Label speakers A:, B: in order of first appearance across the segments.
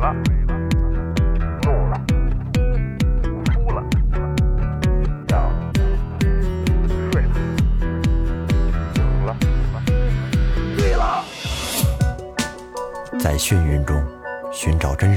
A: 了，怒了，哭了，笑了，睡了，醒了，醉了。
B: 在眩晕中寻找真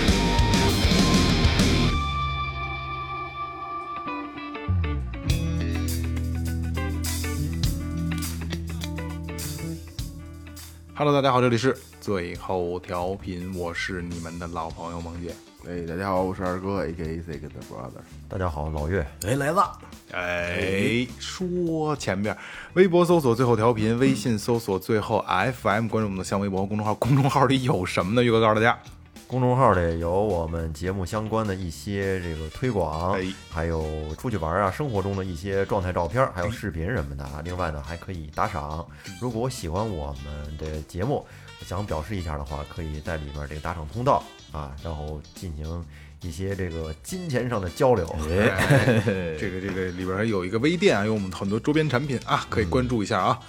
C: Hello，大家好，这里是最后调频，我是你们的老朋友萌姐。
D: 哎，大家好，我是二哥，A K A Second Brother。
B: 大家好，老岳，
E: 哎，来了，
C: 哎，说前边，微博搜索最后调频，微信搜索最后 FM，关注我们的新浪微博和公众号。公众号里有什么呢？岳哥告诉大家，
B: 公众号里有我们节目相关的一些这个推广
C: 哎，
B: 还有出去玩啊，生活中的一些状态照片，还有视频什么的啊。另外呢，还可以打赏。如果喜欢我们的节目，想表示一下的话，可以在里面这个打赏通道啊，然后进行一些这个金钱上的交流。
C: 这个这个里边有一个微店啊，有我们很多周边产品啊，可以关注一下啊。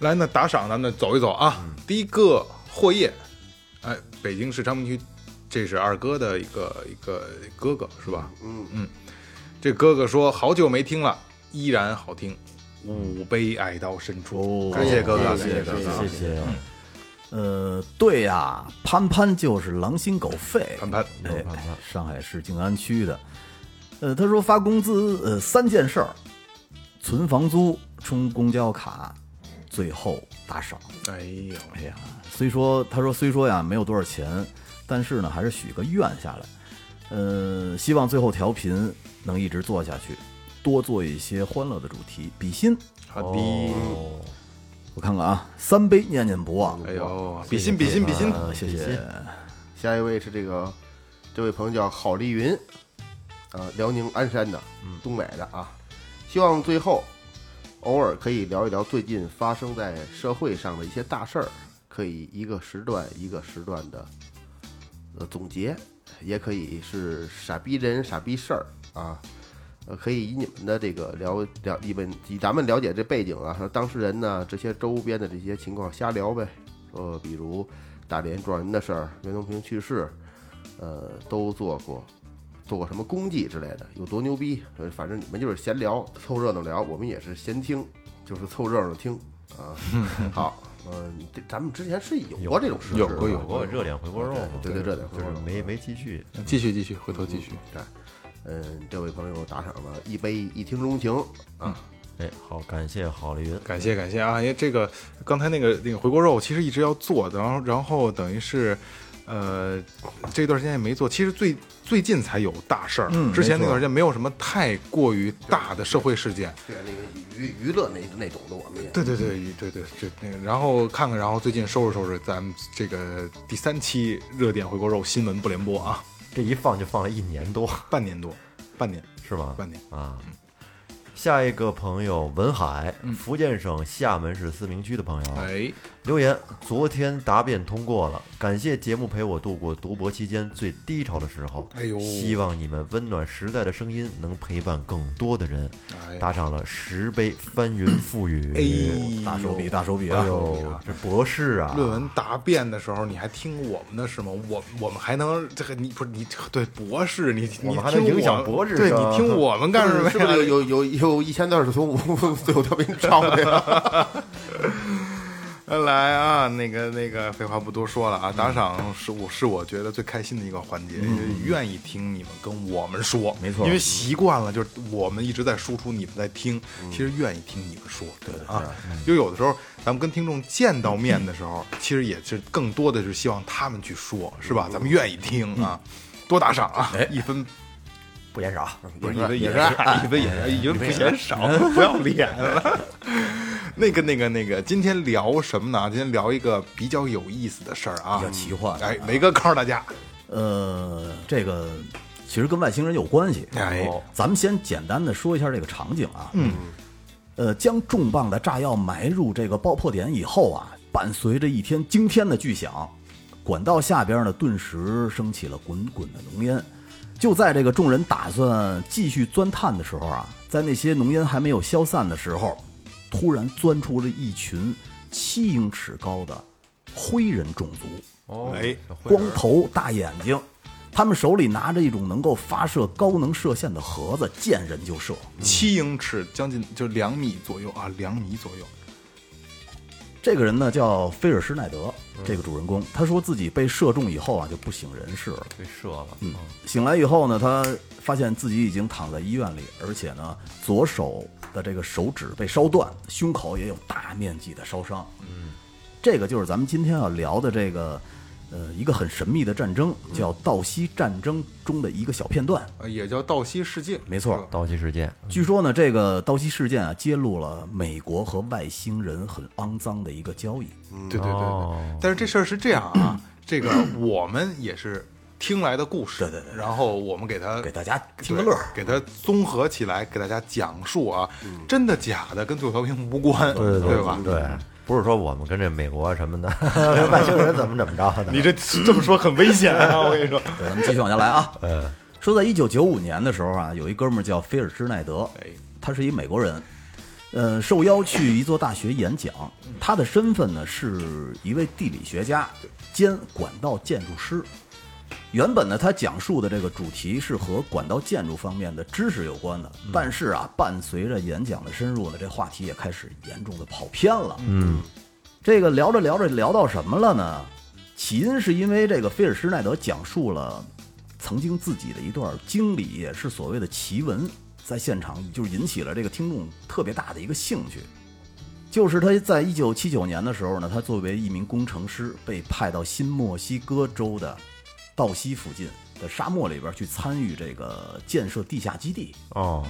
C: 来，那打赏咱们走一走啊。第一个霍业，哎，北京市昌平区，这是二哥的一个一个哥哥是吧？
D: 嗯
C: 嗯，这哥哥说好久没听了，依然好听，五杯爱到深
E: 哦
C: 处。哦感谢哥哥，感
D: 谢谢
C: 谢哥
D: 谢
C: 哥
B: 谢，谢啊，
E: 呃，对呀、潘潘就是狼心狗肺，
C: 潘潘。
E: 哎
B: 潘潘，
E: 上海市静安区的，呃，他说发工资，呃，三件事儿：存房租、充公交卡，最后打赏。
C: 哎呦，
E: 哎呀，虽说他说虽说呀没有多少钱，但是呢还是许个愿下来，呃，希望最后调频能一直做下去，多做一些欢乐的主题，比心。
C: 好的，
B: 哦，
E: 我看看啊，三杯念念不忘。
C: 哎呦，比心比心比心，
E: 呃，谢
B: 比心
E: 谢。
D: 下一位是这个，这位朋友叫郝丽云，啊，辽宁鞍山的，
C: 嗯
D: 东北的啊。希望最后偶尔可以聊一聊最近发生在社会上的一些大事儿，可以一个时段一个时段的呃总结，也可以是傻逼人傻逼事儿啊。呃，可以以你们的这个了了，你们以咱们了解这背景啊，和当事人呢这些周边的这些情况瞎聊呗。呃，比如大连撞人的事儿、袁隆平去世，呃，都做过，做过什么功绩之类的，有多牛逼？呃反正你们就是闲聊，凑热闹聊，我们也是闲听，就是凑热闹听啊。 好，呃，你这咱们之前是有过这种事，
C: 有过有
D: 吧
C: 过
B: 我热点回锅肉嘛，
D: 对对对热点回锅肉
B: 就是没没继续，
C: 继续继续，回头继续。
D: 嗯，这位朋友打赏了一杯一听钟情，
B: 哎，好，感谢郝丽云，
C: 感谢感谢啊！因为这个刚才那个那个回锅肉，其实一直要做的，然后然后等于是，呃，这段时间也没做。其实最最近才有大事儿，
E: 嗯
C: 之前
E: 没错
C: 那段时间没有什么太过于大的社会事件。
D: 对那个娱娱乐那那种的，我们也
C: 对对对对对，这那个，然后看看，然后最近收拾收拾，咱们这个第三期热点回锅肉新闻不联播啊，
B: 这一放就放了一年多，
C: 半年多，半年
B: 是吗？
C: 半年，
B: 啊。下一个朋友文海，福建省厦门市思明区的朋友
C: 嗯哎，
B: 留言：昨天答辩通过了，感谢节目陪我度过读博期间最低潮的时候。
C: 哎呦
B: 希望你们温暖时代的声音能陪伴更多的人。
C: 哎
B: 打赏了十杯翻云覆雨，
C: 哎，
E: 大手笔，
C: 大。
E: 大手笔
B: 哎
E: 啊！
B: 呦，这博士啊，
C: 论文答辩的时候，你还听我们的是吗？我我们还能这个你不是你对博士，你
B: 我
C: 你
B: 们还
C: 听
B: 能影
C: 我
B: 响博士
C: 对
B: 生
C: 你听我们 干什么呀？
D: 是不是有啊有有有一千字是从最后调频抄的呀？
C: 呃 来啊，那个那个，废话不多说了啊，打赏是我是我觉得最开心的一个环节，因为愿意听你们跟我们说，
E: 没错
C: 因为习惯了，就是我们一直在输出，你们在听，其实愿意听你们说，对啊，就有的时候咱们跟听众见到面的时候，其实也是更多的是希望他们去说，是吧？咱们愿意听啊，多打赏啊，一分
B: 不嫌少。
D: 嗯
C: 不是你的也是
E: 啊
C: 爱，你的也是，已经不嫌少，不要脸了。 那个、那个、那个，今天聊什么呢？今天聊一个比较有意思的事儿啊，
E: 比较奇幻嗯
C: 哎，雷哥告诉大家，
E: 呃，这个其实跟外星人有关系。哦
C: 哎
E: 咱们先简单的说一下这个场景啊。嗯。呃，将重磅的炸药埋入这个爆破点以后啊，伴随着一天惊天的巨响，管道下边呢顿时升起了滚滚的浓烟。就在这个众人打算继续钻探的时候啊，在那些浓烟还没有消散的时候，突然钻出了一群七英尺高的灰人种族。
B: 哦，
C: 哎
B: 这会儿
E: 光头、大眼睛，他们手里拿着一种能够发射高能射线的盒子，见人就射。
C: 七英尺，将近就两米左右啊，两米左右。
E: 这个人呢叫菲尔施耐德，这个主人公，他说自己被射中以后啊就不省人事了。
B: 被射了，
E: 嗯，醒来以后呢，他发现自己已经躺在医院里，而且呢左手的这个手指被烧断，胸口也有大面积的烧伤。嗯，这个就是咱们今天要聊的这个。呃，一个很神秘的战争，叫道西战争中的一个小片段。
C: 呃，也叫道西世界，
E: 没错
C: 是吧
B: 刀器事件，
E: 据说呢，这个刀西事件啊，揭露了美国和外星人很肮脏的一个交易。
C: 对对对
B: 哦
C: 对。但是这事儿是这样啊，这个我们也是听来的故事，
E: 对对对对
C: 然后我们给他
E: 给大家听个乐儿嗯
C: 对给它综合起来，给大家讲述啊，真的假的跟最后调频无关，
B: 哦对
C: 吧？
B: 对，不是说我们跟这美国什么 的外星人怎么怎么着的，
C: 你这这么说很危险啊！我跟你说，
E: 对，咱们继续往下来啊。说在一九九五年的时候啊，有一哥们儿叫菲尔施耐德
C: 哎，
E: 他是一美国人，呃，受邀去一座大学演讲。他的身份呢是一位地理学家兼管道建筑师。原本呢，他讲述的这个主题是和管道建筑方面的知识有关的，但是啊，伴随着演讲的深入呢，这话题也开始严重的跑偏了。嗯，这个聊着聊着聊到什么了呢？起因是因为这个菲尔施耐德讲述了曾经自己的一段经历，也是所谓的奇闻，在现场就是引起了这个听众特别大的一个兴趣。就是他在一九七九年的时候呢，他作为一名工程师被派到新墨西哥州的道西附近的沙漠里边去参与这个建设地下基地。
B: 哦，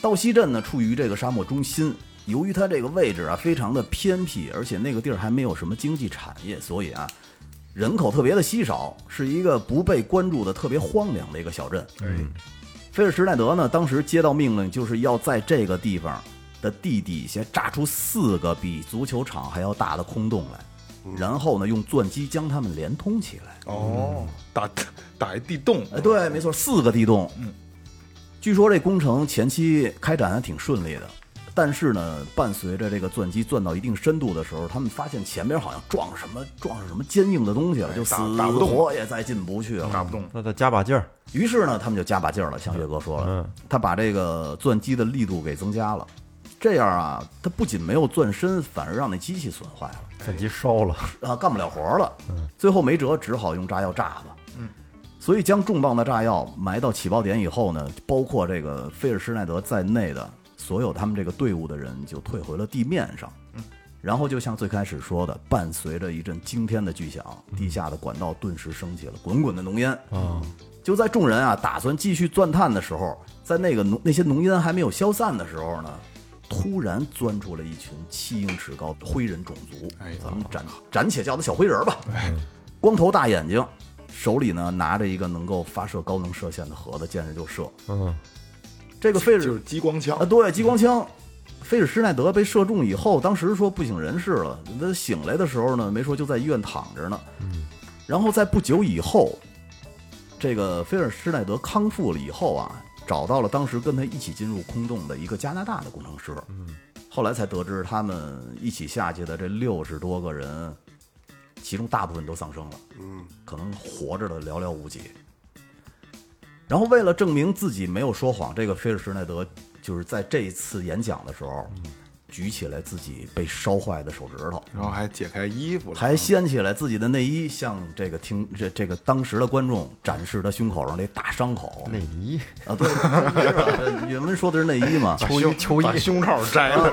E: 道西镇呢，处于这个沙漠中心。由于它这个位置啊，非常的偏僻，而且那个地儿还没有什么经济产业，所以啊，人口特别的稀少，是一个不被关注的特别荒凉的一个小镇。嗯菲尔施耐德呢，当时接到命令，就是要在这个地方的地底下炸出四个比足球场还要大的空洞来，然后呢，用钻机将它们连通起来。
C: 哦，打打一地洞，
E: 哎，对，没错，四个地洞。嗯，据说这工程前期开展还挺顺利的，但是呢，伴随着这个钻机钻到一定深度的时候，他们发现前边好像撞什么撞上什么坚硬的东西了，就死
C: 打哎打不动
E: 活也再进不去了，
C: 打不动，
B: 那再加把劲儿，
E: 于是呢，他们就加把劲儿了，像岳哥说了，
C: 嗯
E: 他把这个钻机的力度给增加了。这样啊，它不仅没有钻深，反而让那机器损坏了，
B: 战机烧了，
E: 啊，干不了活儿了。最后没辙，只好用炸药炸吧。嗯，所以将重磅的炸药埋到起爆点以后呢，包括这个菲尔施耐德在内的所有他们这个队伍的人就退回了地面上。嗯，然后就像最开始说的，伴随着一阵惊天的巨响，地下的管道顿时升起了滚滚的浓烟。
B: 哦，
E: 就在众人啊打算继续钻探的时候，在那个浓那些浓烟还没有消散的时候呢，突然钻出了一群七英尺高的灰人种族，
C: 哎
E: 咱们暂暂且叫他小灰人吧。光头大眼睛，手里呢拿着一个能够发射高能射线的盒子，见着就射。
B: 嗯，
E: 这个菲
C: 就是
E: 尔
C: 激光枪
E: 啊，，对，激光枪。菲尔施耐德被射中以后，当时说不省人事了。他醒来的时候呢，没说就在医院躺着呢。然后在不久以后，这个菲尔施耐德康复了以后啊，找到了当时跟他一起进入空洞的一个加拿大的工程师。后来才得知他们一起下去的这六十多个人，其中大部分都丧生了，
D: 嗯，
E: 可能活着的寥寥无几。然后为了证明自己没有说谎，这个菲尔施耐德就是在这一次演讲的时候，举起来自己被烧坏的手指头，
C: 然后还解开衣服了，
E: 还掀起来自己的内衣，向这个听这这个当时的观众展示他胸口上这大伤口。
B: 内衣，
E: 啊，对，是啊原文说的是内衣嘛，
C: 把胸
B: 球衣
C: 把胸罩摘了，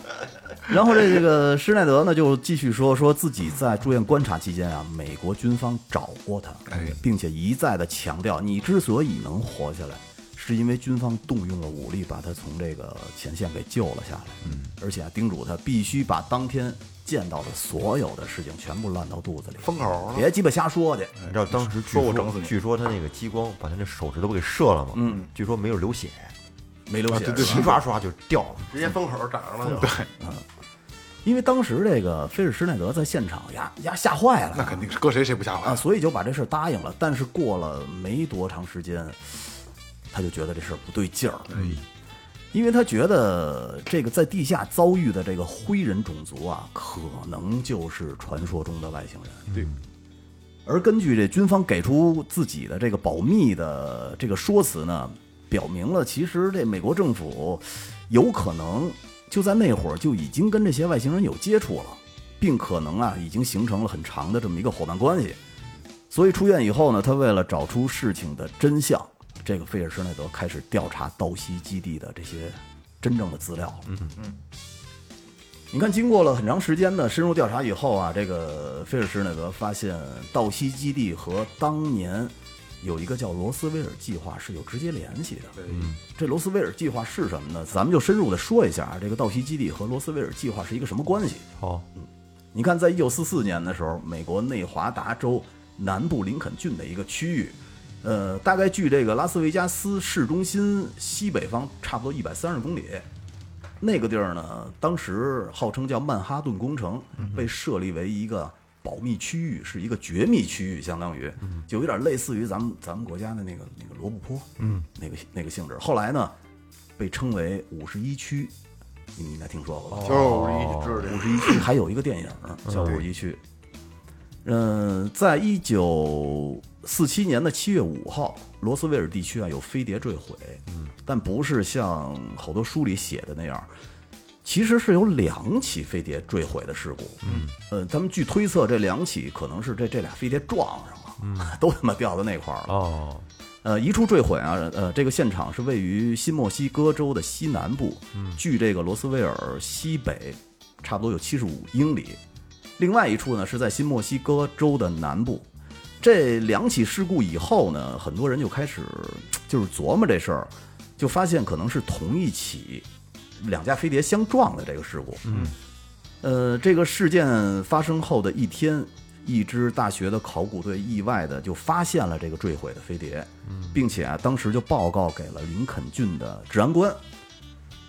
E: 然后这个施耐德呢，就继续说说自己在住院观察期间啊，美国军方找过他
C: 哎，
E: 并且一再的强调，你之所以能活下来，是因为军方动用了武力把他从这个前线给救了下来，嗯，而且、啊、叮嘱他必须把当天见到的所有的事情全部烂到肚子里，
C: 封口了，
E: 别鸡巴瞎说去。
B: 你知道当时据
C: 说我整死你
B: 据说他那个激光把他那手指头给射了嘛，嗯，据说没有流血，
E: 没流血、
C: 啊对对
E: 是吧
B: 唰唰唰就掉了，
D: 直接封口长上了就。
E: 因为当时这个菲尔施耐德在现场呀呀吓坏了，
C: 那肯定是搁谁谁不吓坏
E: 啊，所以就把这事儿答应了。但是过了没多长时间，他就觉得这事儿不对劲儿，因为他觉得这个在地下遭遇的这个灰人种族啊，可能就是传说中的外星人。
C: 对，
E: 而根据这军方给出自己的这个保密的这个说辞呢，表明了其实这美国政府有可能就在那会儿就已经跟这些外星人有接触了，并可能啊已经形成了很长的这么一个伙伴关系。所以出院以后呢，他为了找出事情的真相，这个菲尔施耐德开始调查道西基地的这些真正的资料。嗯嗯。你看，经过了很长时间的深入调查以后啊，这个菲尔施耐德发现道西基地和当年有一个叫罗斯威尔计划是有直接联系的。这罗斯威尔计划是什么呢？咱们就深入的说一下啊，这个道西基地和罗斯威尔计划是一个什么关系？
B: 好，
E: 你看，在一九四四年的时候，美国内华达州南部林肯郡的一个区域，呃，大概距这个拉斯维加斯市中心西北方差不多一百三十公里。那个地儿呢，当时号称叫曼哈顿工程，被设立为一个保密区域，是一个绝密区域，相当于就有点类似于咱们咱们国家的那个那个罗布泊，嗯，那个那个性质。后来呢，被称为五十一区，你们应该听说过吧？
D: 就是我一直
E: 五十一区还有一个电影叫《五十一区》。嗯，在一九四七年的七月五号，罗斯威尔地区啊有飞碟坠毁，
D: 嗯
E: 但不是像好多书里写的那样，其实是有两起飞碟坠毁的事故。嗯，呃，咱们据推测，这两起可能是这这俩飞碟撞上了，
D: 嗯
E: 都他妈掉到那块儿了。
B: 哦，
E: 呃，一处坠毁啊，呃，这个现场是位于新墨西哥州的西南部，距这个罗斯威尔西北差不多有七十五英里。另外一处呢是在新墨西哥州的南部。这两起事故以后呢，很多人就开始就是琢磨这事儿，就发现可能是同一起两架飞碟相撞的这个事故。嗯，呃，这个事件发生后的一天，一支大学的考古队意外的就发现了这个坠毁的飞碟，并且啊，当时就报告给了林肯郡的治安官。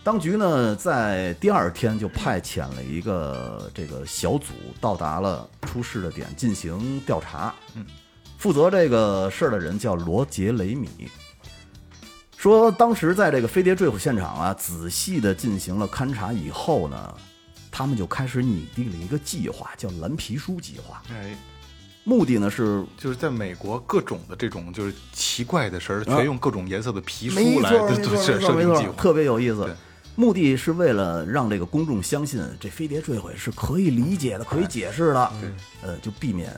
E: 当局呢，在第二天就派遣了一个这个小组到达了出事的点进行调查。嗯，负责这个事儿的人叫罗杰·雷米，说当时在这个飞碟坠毁现场啊，仔细的进行了勘察以后呢，他们就开始拟定了一个计划，叫蓝皮书计划。
C: 哎，
E: 目的呢是
C: 就是在美国各种的这种就是奇怪的事儿，
E: 啊
C: 全用各种颜色的皮
D: 没
C: 书来
D: 错没错
C: 对设
D: 没
C: 设
D: 错
E: 没
C: 定
E: 错
C: 计，划。
E: 特别有意思
C: 对。
E: 目的是为了让这个公众相信这飞碟坠毁是可以理解的、可以解释的，呃，就避免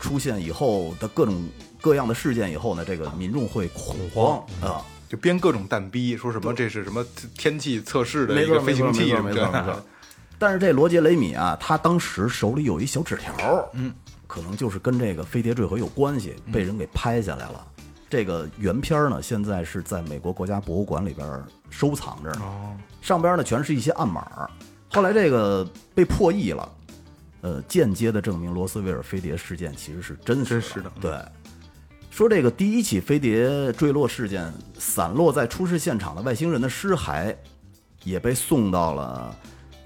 E: 出现以后的各种各样的事件以后呢，这个民众会恐慌
C: 嗯
E: 啊。
C: 就编各种蛋逼，说什么这是什么天气测试的
D: 没
C: 一
D: 错
C: 个飞行器
D: 没
C: 什
D: 错
C: 么
D: 没
C: 这
D: 错没
C: 那
D: 错
C: 的，
E: 但是这罗杰·雷米啊，他当时手里有一小纸条，嗯，可能就是跟这个飞碟坠毁有关系，
D: 嗯
E: 被人给拍下来了。这个原片儿呢，现在是在美国国家博物馆里边儿收藏着呢。
D: 哦
E: 上边呢全是一些暗码。后来这个被破译了，呃，间接的证明罗斯威尔飞碟事件其实是真实
C: 真实
D: 嗯
C: 的
E: 对，说这个第一起飞碟坠落事件，散落在出事现场的外星人的尸骸也被送到了。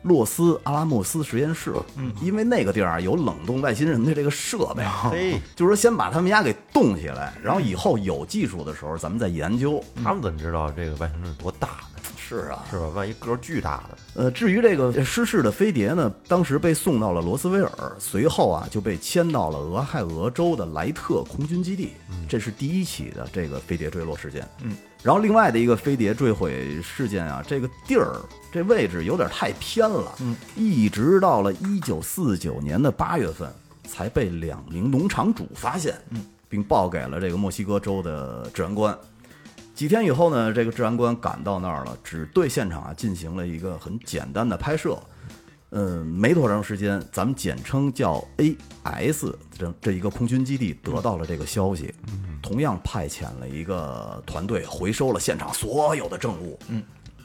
E: 洛斯阿拉莫斯实验室，因为那个地儿啊有冷冻外星人的这个设备，
B: 嘿，
E: 就是说先把他们家给冻起来，然后以后有技术的时候咱们再研究。
B: 他们怎么知道这个外星人有多大呢？
E: 是啊，
B: 是吧？万一个儿巨大呢？
E: 呃，至于这个失事的飞碟呢，当时被送到了罗斯威尔，随后啊就被迁到了俄亥俄州的莱特空军基地，这是第一起的这个飞碟坠落事件。嗯，然后另外的一个飞碟坠毁事件啊，这个地儿这位置有点太偏了，嗯，一直到了一九四九年的八月份才被两名农场主发现，嗯，并报给了这个墨西哥州的治安官。几天以后呢，这个治安官赶到那儿了，只对现场啊进行了一个很简单的拍摄。嗯，没多长时间，咱们简称叫 AS 这这一个空军基地得到了这个消息，同样派遣了一个团队回收了现场所有的证物，嗯，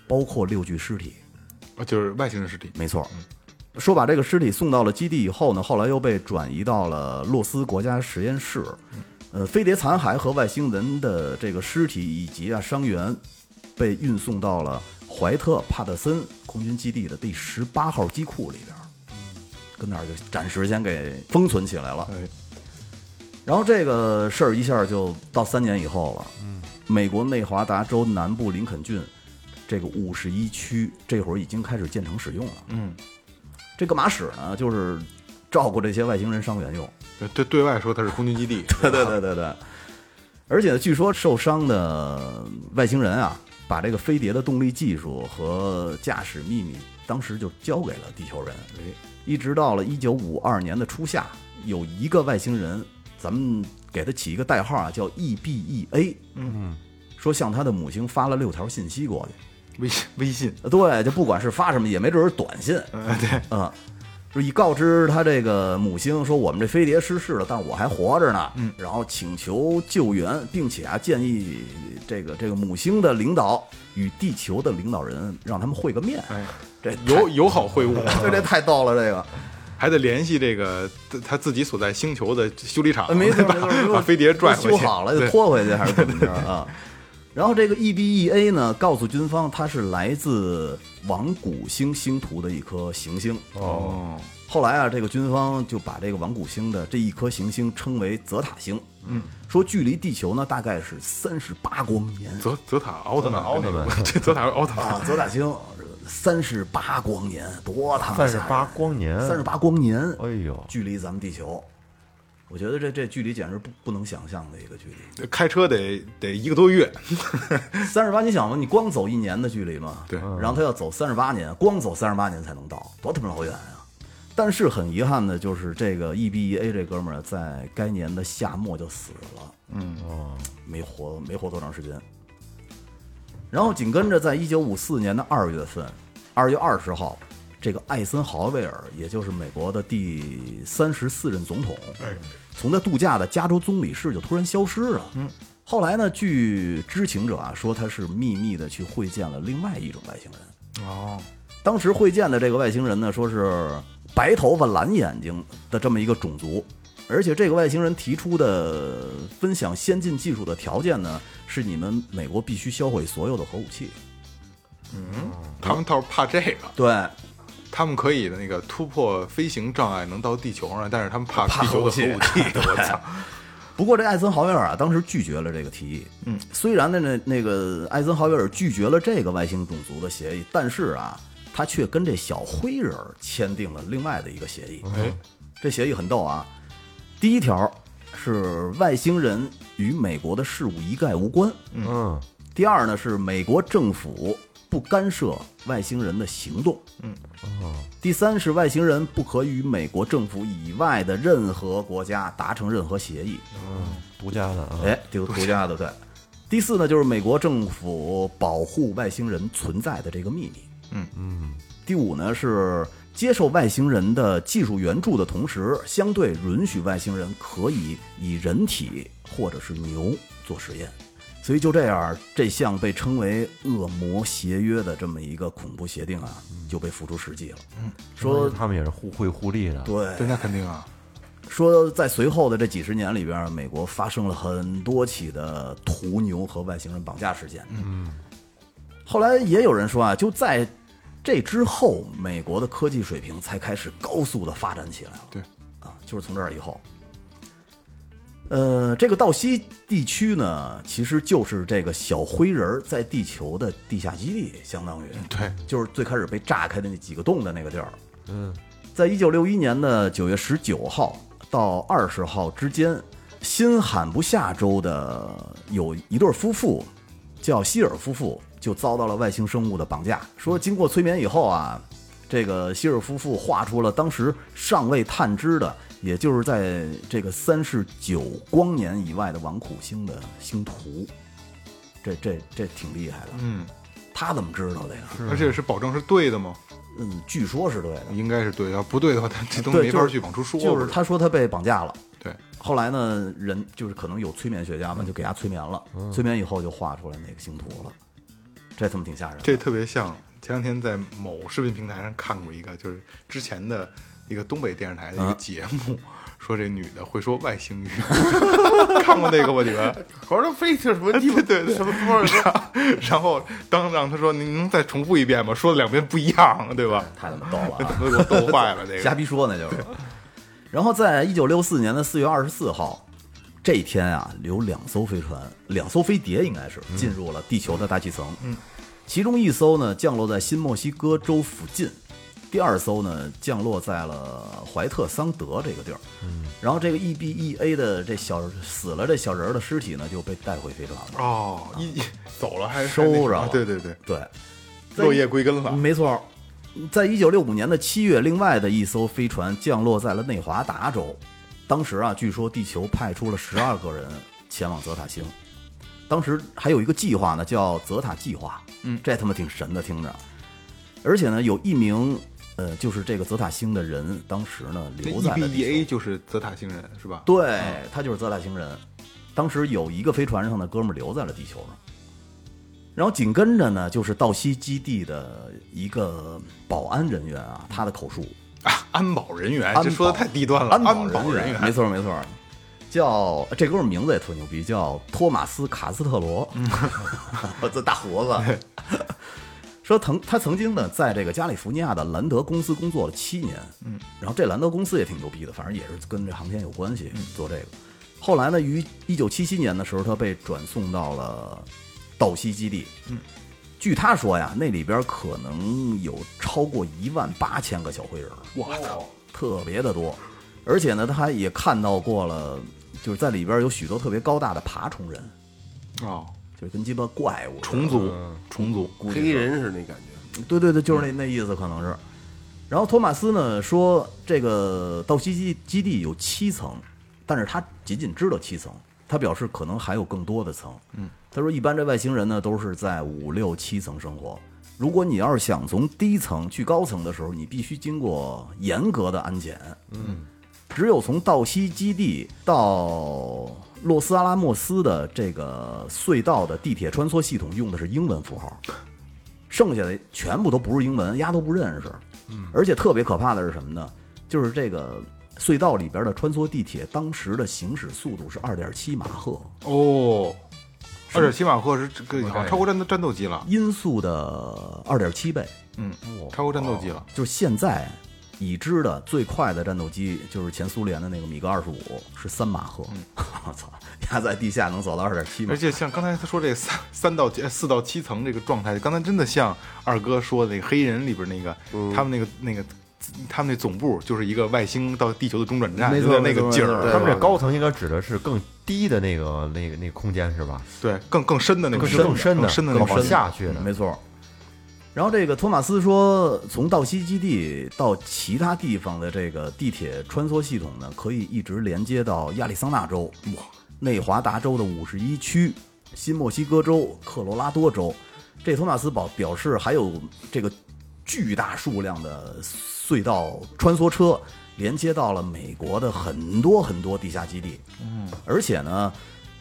E: 包括六具尸体。
C: 啊就是外星人尸体。
E: 没错。嗯说把这个尸体送到了基地以后呢，后来又被转移到了洛斯国家实验室。呃，飞碟残骸和外星人的这个尸体以及啊伤员，被运送到了怀特帕特森空军基地的第十八号机库里边儿。跟那儿就暂时先给封存起来了。
C: 哎，
E: 然后这个事儿一下就到三年以后了。嗯，美国内华达州南部林肯郡这个五十一区，这会儿已经开始建成使用了。
C: 嗯，
E: 这干嘛使呢？就是照顾这些外星人伤 员用。
C: 对对，对外说它是空军基地，
E: 对对对对对。而且据说受伤的外星人啊，把这个飞碟的动力技术和驾驶秘密，当时就交给了地球人。一直到了一九五二年的初夏，有一个外星人，咱们给他起一个代号啊，叫 EBEA。嗯，说向他的母星发了六条信息过去。
C: 微信微信，
E: 呃对，就不管是发什么，也没准是短信。
C: 呃，对，
E: 啊，就是以告知他这个母星说我们这飞碟失事了，但我还活着呢。嗯，然后请求救援，并且啊建议这个这个母星的领导与地球的领导人让他们会个面。
C: 哎，
E: 这
C: 友 友好会 晤，
E: 这这太逗了，这个。
C: 还得联系这个他他自己所在星球的修理厂，
E: 啊呃没错
C: 对吧
E: 没错，
C: 把飞碟拽回去，
E: 修好了就
C: 对
E: 拖回去还是怎么着啊？然后这个 E EBEA 呢，告诉军方它是来自王谷星星图的一颗行星。
C: 哦，
E: 后来啊，这个军方就把这个王谷星的这一颗行星称为泽塔星。嗯，说距离地球呢大概是三十八光年
C: 泽泽塔奥特曼，
B: 泽塔奥特曼
C: 那个 这泽塔奥特曼
E: 啊，泽塔星三十八光年，多他妈
B: 三十八光年，
E: 三十八光年，
B: 哎呦，
E: 距离咱们地球，我觉得这这距离简直不不能想象的一个距离。
C: 开车得得一个多月，
E: 三十八，你想嘛，你光走一年的距离嘛，
C: 对
E: 然后他要走三十八年，光走三十八年才能到，多他妈老远啊！但是很遗憾的就是，这个 E EBEA 这哥们儿在该年的夏末就死了，嗯，
B: 哦，
E: 没活没活多长时间。然后紧跟着，在一九五四年的二月份，二月二十号，这个艾森豪威尔，也就是美国的第三十四任总统，从他度假的加州棕榈市就突然消失了。嗯，后来呢，据知情者啊说，他是秘密的去会见了另外一种外星人。
C: 哦，
E: 当时会见的这个外星人呢，说是白头发、蓝眼睛的这么一个种族，而且这个外星人提出的分享先进技术的条件呢，是你们美国必须销毁所有的核武器。
C: 他们倒是怕这个，
E: 对，
C: 他们可以那个突破飞行障碍，能到地球上，但是他们怕地球的核武器。我操！
E: 不过这艾森豪威尔啊，当时拒绝了这个提议。嗯，虽然呢，那那个艾森豪威尔拒绝了这个外星种族的协议，但是啊，他却跟这小灰人儿签订了另外的一个协议。
C: 哎，
E: 这协议很逗啊，第一条是外星人与美国的事务一概无关。
B: 嗯，
E: 第二呢是美国政府不干涉外星人的行动。嗯，第三是外星人不可与美国政府以外的任何国家达成任何协议。
B: 独家的啊，
E: 哎，这个独家的对。第四呢，就是美国政府保护外星人存在的这个秘密。
C: 嗯
E: 嗯。第五呢是接受外星人的技术援助的同时，相对允许外星人可以以人体或者是牛做实验。所以就这样，这项被称为“恶魔协约”的这么一个恐怖协定啊，就被付诸实际了。说
B: 他们也是互惠互利的，
E: 对，
C: 对，那肯定啊，
E: 说在随后的这几十年里边，美国发生了很多起的屠牛和外星人绑架事件。嗯，后来也有人说啊，就在这之后，美国的科技水平才开始高速的发展起来了。
C: 对，
E: 啊，就是从这儿以后。呃，这个道西地区呢，其实就是这个小灰人儿在地球的地下基地，相当于
C: 对，
E: 就是最开始被炸开的那几个洞的那个地儿。嗯，在一九六一年的九月十九号到二十号之间，新罕布夏州的有一对夫妇，叫希尔夫妇，就遭到了外星生物的绑架。说经过催眠以后啊，这个希尔夫妇画出了当时尚未探知的，也就是在这个三十九光年以外的王苦星的星图。这这这挺厉害的，
C: 嗯，
E: 他怎么知道的呀？
C: 而且是保证是对的吗？
E: 嗯，据说是对的，
C: 应该是对的，要不对的话，他这东西
E: 对，
C: 没
E: 就是
C: 法去往出说。
E: 就是他说他被绑架了，
C: 对，
E: 后来呢，人就是可能有催眠学家嘛，就给他催眠了，催眠以后就画出来那个星图了，这他妈挺吓人的。
C: 这特别像前两天在某视频平台上看过一个，就是之前的一个东北电视台的一个节目， 说这女的会说外星语， 看过那个吧？你们？
D: 我说非是什么地方？对对，什么多少？
C: 然后当让他说你能再重复一遍吗？说了两遍不一样，对吧？
E: 太他妈逗了
C: 那
E: 啊！
C: 都给我逗坏了， 这
E: 瞎
C: 个
E: 逼说呢就是。然后在一九六四年的四月二十四号这一天啊，有两艘飞船，两艘飞碟应该是进入了地球的大气层。嗯，其中一艘呢降落在新墨西哥州附近，第二艘呢降落在了怀特桑德这个地儿。嗯，然后这个 E B E A 的这小死了这小人儿的尸体呢就被带回飞船了。
C: 哦，一一走了还
E: 收着
C: 了
E: 了，
C: 对对对，
E: 对，在
C: 落叶归根了。
E: 没错，在一九六五年的七月，另外的一艘飞船降落在了内华达州。当时啊，据说地球派出了十二个人前往泽塔星。当时还有一个计划呢，叫泽塔计划。嗯，这他妈挺神的，听着。而且呢，有一名呃，就是这个泽塔星的人，当时呢
C: 那 E
E: 留在了
C: B
E: 地
C: E
E: 球
C: A 就是泽塔星人是吧？
E: 对，他就是泽塔星人。当时有一个飞船上的哥们儿留在了地球上，然后紧跟着呢，就是道西基地的一个保安人员啊，他的口述，
C: 啊，安保人员，
E: 安
C: 这
E: 保
C: 说的太低端了。
E: 安
C: 安保
E: 保人
C: 人员
E: 没错没错，叫这哥们儿名字也特牛逼，叫托马斯卡斯特罗， 这大胡 子。说曾他曾经呢，在这个加利福尼亚的兰德公司工作了七年，嗯，然后这兰德公司也挺牛逼的，反正也是跟这航天有关系，做这个。后来呢，于一九七七年的时候，他被转送到了道西基地，嗯，据他说呀，那里边可能有超过一万八千个小灰人儿，
C: 我操，
E: 特别的多，而且呢，他还也看到过了，就是在里边有许多特别高大的爬虫人，
C: 哦，
E: 就是跟鸡巴怪物似的
C: 虫族，虫族，
E: 估计
D: 黑
E: 是
D: 人似的那感觉，
E: 对对对，就是那那意思可能是。然后托马斯呢说，这个道西基基地有七层，但是他仅仅知道七层，他表示可能还有更多的层。嗯，他说一般这外星人呢都是在五六七层生活。如果你要是想从低层去高层的时候，你必须经过严格的安检。嗯，只有从道西基地到洛斯阿拉莫斯的这个隧道的地铁穿梭系统用的是英文符号。剩下的全部都不是英文，丫都不认识。而且特别可怕的是什么呢？就是这个隧道里边的穿梭地铁，当时的行驶速度是二点七马赫，
C: 哦，二点七马赫是这个好像超过战斗战斗机了，
E: 音速的二点七倍，
C: 嗯，
E: 哦
C: 超过战斗机了。
E: 就是现在已知的最快的战斗机，就是前苏联的那个米格二十五，是三马赫。 我操、压在地下能走到二点七马
C: 而。且像刚才他说这三三到七四到七层这个状态，刚才真的像二哥说的那个黑人里边那个，
E: 嗯
D: 嗯
C: 他们那个那个他们那总部就是一个外星到地球的中转站，
E: 没
C: 就
E: 错
C: 在那个劲
E: 没
C: 儿，
B: 他们这
D: 对
B: 高层应该指的是更低的那个那个那个空间是吧？
C: 对，更更深的那个
B: 更
C: 深
B: 更深
C: 的嗯
B: 的
C: 深那
B: 更
C: 个
B: 往下去的。
E: 没错。然后这个托马斯说，从道西基地到其他地方的这个地铁穿梭系统呢，可以一直连接到亚利桑那州、内华达州的五十一区、新墨西哥州、科罗拉多州。这托马斯表表示，还有这个巨大数量的隧道穿梭车连接到了美国的很多很多地下基地。嗯，而且呢，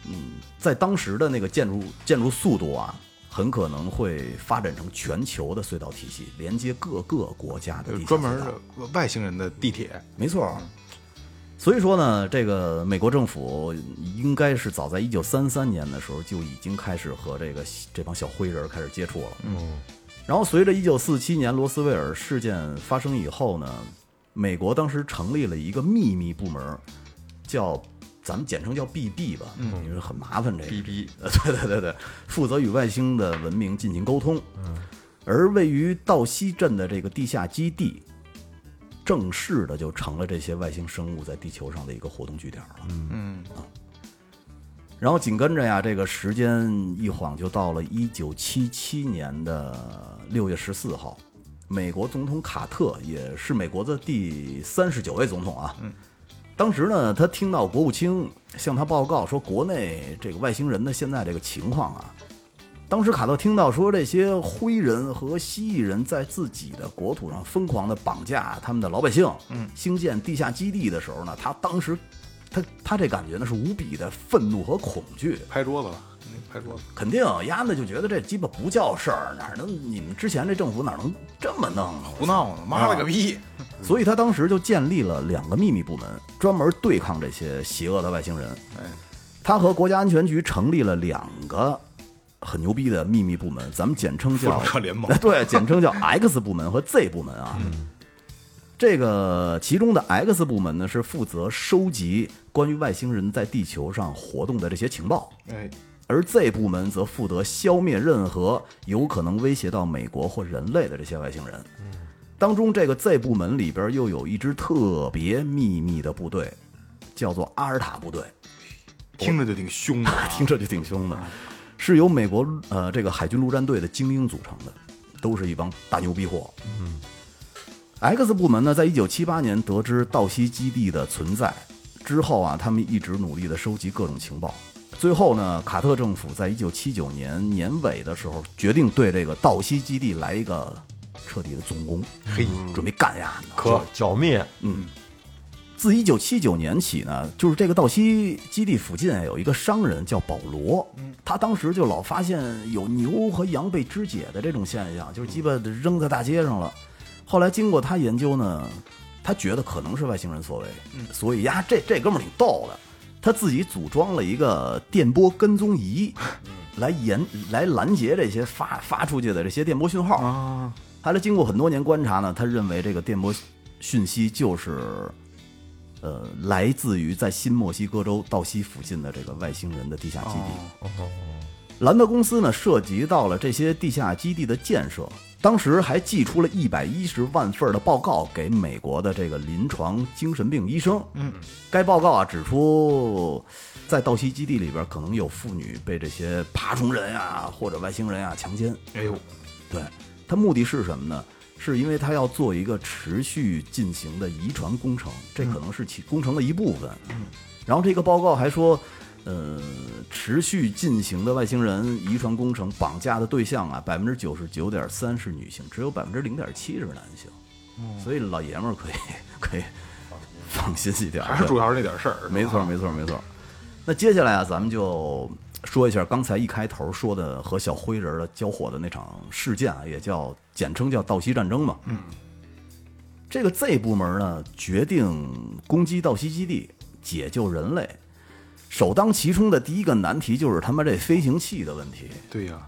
E: 嗯，在当时的那个建筑建筑速度啊，很可能会发展成全球的隧道体系，连接各个国家的
C: 就
E: 地下
C: 专门
E: 隧道
C: 的外星人的地铁，
E: 没错儿。所以说呢，这个美国政府应该是早在一九三三年的时候就已经开始和这个这帮小灰人开始接触了。嗯。然后随着一九四七年罗斯威尔事件发生以后呢，美国当时成立了一个秘密部门，叫咱们简称叫 BB 吧，因为很麻烦这个
C: BB
E: 呃， 对对对对，负责与外星的文明进行沟通。嗯。而位于道西镇的这个地下基地，正式的就成了这些外星生物在地球上的一个活动据点了。
C: 嗯，
E: 然后紧跟着呀，这个时间一晃就到了一九七七年的六月十四号，美国总统卡特也是美国的第三十九位总统啊。当时呢，他听到国务卿向他报告说，国内这个外星人的现在这个情况啊。当时卡特听到说，这些灰人和蜥蜴人在自己的国土上疯狂的绑架他们的老百姓，嗯，兴建地下基地的时候呢，他当时，他他这感觉呢是无比的愤怒和恐惧，
C: 拍桌子了，拍桌子。
E: 肯定丫的就觉得这鸡巴不叫事儿，哪能你们之前这政府哪能这么弄啊？
C: 胡闹呢，妈了个逼！
E: 所以他当时就建立了两个秘密部门，专门对抗这些邪恶的外星人。
C: 哎，
E: 他和国家安全局成立了两个很牛逼的秘密部门，咱们简称
C: 复
E: 叫
C: 仇者联盟
E: 对，简称叫 X 部门和 Z 部门啊。
C: 嗯
E: 这个其中的 X 部门呢，是负责收集关于外星人在地球上活动的这些情报。
C: 哎，
E: 而 Z 部门则负责消灭任何有可能威胁到美国或人类的这些外星人。当中，这个 Z 部门里边又有一支特别秘密的部队，叫做阿尔塔部队，。
C: 听着就挺凶的 啊
E: 听着就挺凶的，是由美国呃这个海军陆战队的精英组成的，都是一帮大牛逼货。嗯，X 部门呢，在一九七八年得知道西基地的存在之后啊，他们一直努力的收集各种情报。最后呢，卡特政府在一九七九年年尾的时候，决定对这个道西基地来一个彻底的总攻，嘿，准备干呀！
B: 可剿灭，
E: 自一九七九年起呢，就是这个道西基地附近啊有一个商人叫保罗，他当时就老发现有牛和羊被肢解的这种现象，就是鸡巴扔在大街上了。后来经过他研究呢，他觉得可能是外星人所为，所以呀，这这哥们儿挺逗的，他自己组装了一个电波跟踪仪，来研来拦截这些发发出去的这些电波讯号。
C: 啊，
E: 后来经过很多年观察呢，他认为这个电波讯息就是，呃，来自于在新墨西哥州道西附近的这个外星人的地下基地。兰德公司呢，涉及到了这些地下基地的建设，当时还寄出了一百一十万份儿的报告给美国的这个临床精神病医生。嗯，该报告啊指出，在道西基地里边可能有妇女被这些爬虫人啊或者外星人啊强奸。
C: 哎呦，
E: 对，它目的是什么呢？是因为它要做一个持续进行的遗传工程，这可能是
C: 嗯
E: 其工程的一部分。然后这个报告还说，呃，持续进行的外星人遗传工程绑架的对象啊，百分之九十九点三是女性，只有百分之零点七是男性。
C: 嗯
E: 所以老爷们儿可以可以放心一点儿，
C: 还是
E: 对
C: 主要是那点事儿。
E: 没错，没错，没错。那接下来啊，咱们就说一下刚才一开头说的和小灰人儿的交火的那场事件啊，也叫简称叫道西战争嘛。嗯。这个 Z 部门呢，决定攻击道西基地，解救人类。首当其冲的第一个难题就是他妈这飞行器的问题。
C: 对呀，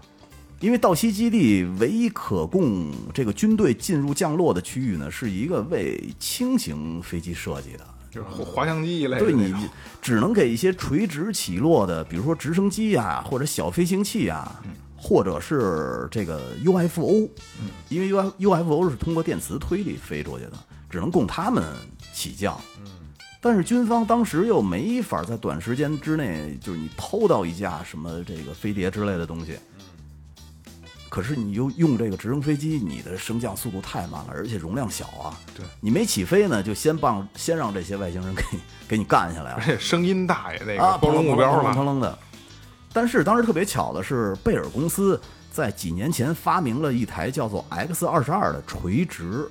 E: 因为道西基地唯一可供这个军队进入降落的区域呢，是一个为轻型飞机设计的，
C: 就是滑滑翔机一类的
E: 对
C: 那
E: 你
C: 种。
E: 只能给一些垂直起落的，比如说直升机啊，或者小飞行器啊，或者是这个 UFO，因为 U UFO 是通过电磁推力飞出去的，只能供他们起降。但是军方当时又没法在短时间之内，就是你偷到一架什么这个飞碟之类的东西。可是你又用这个直升飞机，你的升降速度太慢了，而且容量小啊。
C: 对，
E: 你没起飞呢，就先帮先让这些外星人给你给你干下来啊
C: 而。
E: 了
C: 且声音大呀，那
E: 啊
C: 个，暴露目标
E: 砰
C: 了。
E: 啷啷的。但是当时特别巧的是，贝尔公司在几年前发明了一台叫做 X 二十二的垂直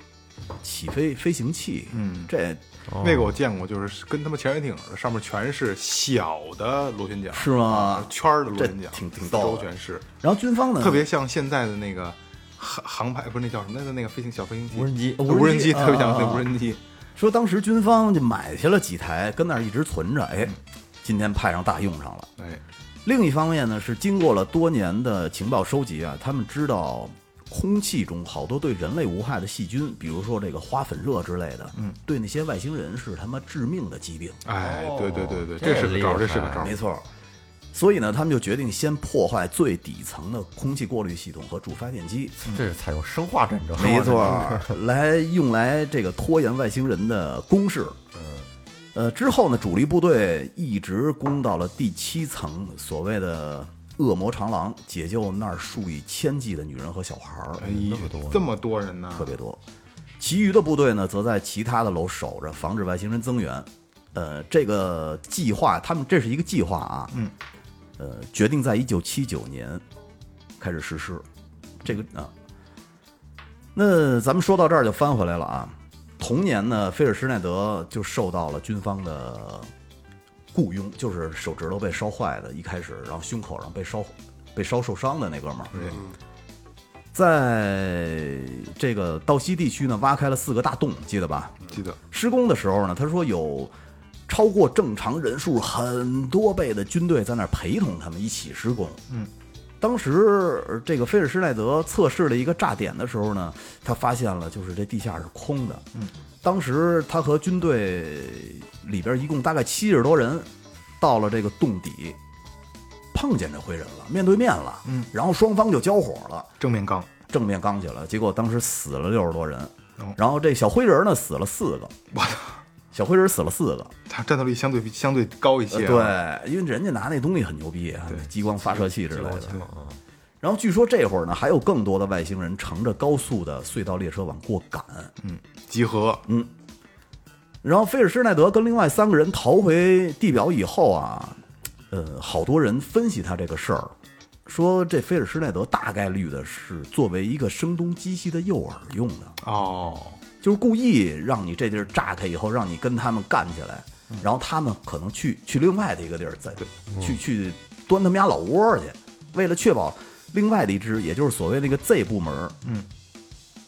E: 起飞飞行器。嗯，这
C: 那个我见过，就是跟他妈潜水艇似的，上面全是小的螺旋桨，
E: 是吗？
C: 圈儿的螺旋桨，
E: 这挺挺
C: 四
E: 逗
C: 周
E: 的
C: 全是，
E: 然后军方呢，
C: 啊特别像现在的那个航航拍，不是那叫什么来着？那个飞行小飞行器，
B: 无人机
C: 呃无人机
E: 啊
C: 特别像那无人机。
E: 说当时军方就买下了几台，跟那儿一直存着。哎，今天派上大用场了。
C: 哎，
E: 另一方面呢，是经过了多年的情报收集啊，他们知道空气中好多对人类无害的细菌，比如说这个花粉热之类的，嗯，对那些外星人是他妈致命的疾病。
C: 哎，对对对对，
B: 这
C: 这是个招儿，
B: 厉
C: 这是个招
B: 害
C: 儿
E: 没。错。所以呢，他们就决定先破坏最底层的空气过滤系统和主发电机，
B: 这是才有生化战争。
E: 没错，来用来这个拖延外星人的攻势。呃，之后呢，主力部队一直攻到了第七层，所谓的恶魔长廊，解救那儿数以千计的女人和小孩儿。
C: 哎呀
B: 那么多呢，
C: 这么多人呢，
E: 特别多。其余的部队呢，则在其他的楼守着，防止外星人增援。呃，这个计划，他们这是一个计划啊，嗯，呃，决定在一九七九年开始实施。这个啊，那咱们说到这儿就翻回来了啊。同年呢，菲尔施耐德就受到了军方的雇佣，就是手指头被烧坏的，一开始，然后胸口上被烧被烧受伤的那哥们儿，在这个道西地区呢，挖开了四个大洞，记得吧？
C: 记得
E: 施工的时候呢，他说有超过正常人数很多倍的军队在那儿陪同他们一起施工。嗯，当时呃这个菲尔施耐德测试了一个炸点的时候呢，他发现了就是这地下是空的。嗯，当时他和军队里边一共大概七十多人到了这个洞底。碰见这灰人了，面对面了，嗯，然后双方就交火了，
C: 正面刚，
E: 正面刚起来，结果当时死了六十多人
C: 哦，
E: 然后这小灰人呢死了四个，
C: 我操，
E: 小灰人死了四个，呃
C: 他战斗力相对比相对高一些、啊，
E: 对，因为人家拿那东西很牛逼，啊激光发射器之类的。
C: 对，
E: 然后据说这会儿呢，还有更多的外星人乘着高速的隧道列车往过赶，
C: 集合，嗯
E: 然后菲尔施耐德跟另外三个人逃回地表以后啊，呃，好多人分析他这个事儿，说这菲尔施耐德大概率的是作为一个声东击西的诱饵用的。
C: 哦，
E: 就是故意让你这地儿炸开以后，让你跟他们干起来，然后他们可能去去另外的一个地儿再去去端他们家老窝儿去，为了确保另外的一支，也就是所谓那个 Z 部门，嗯，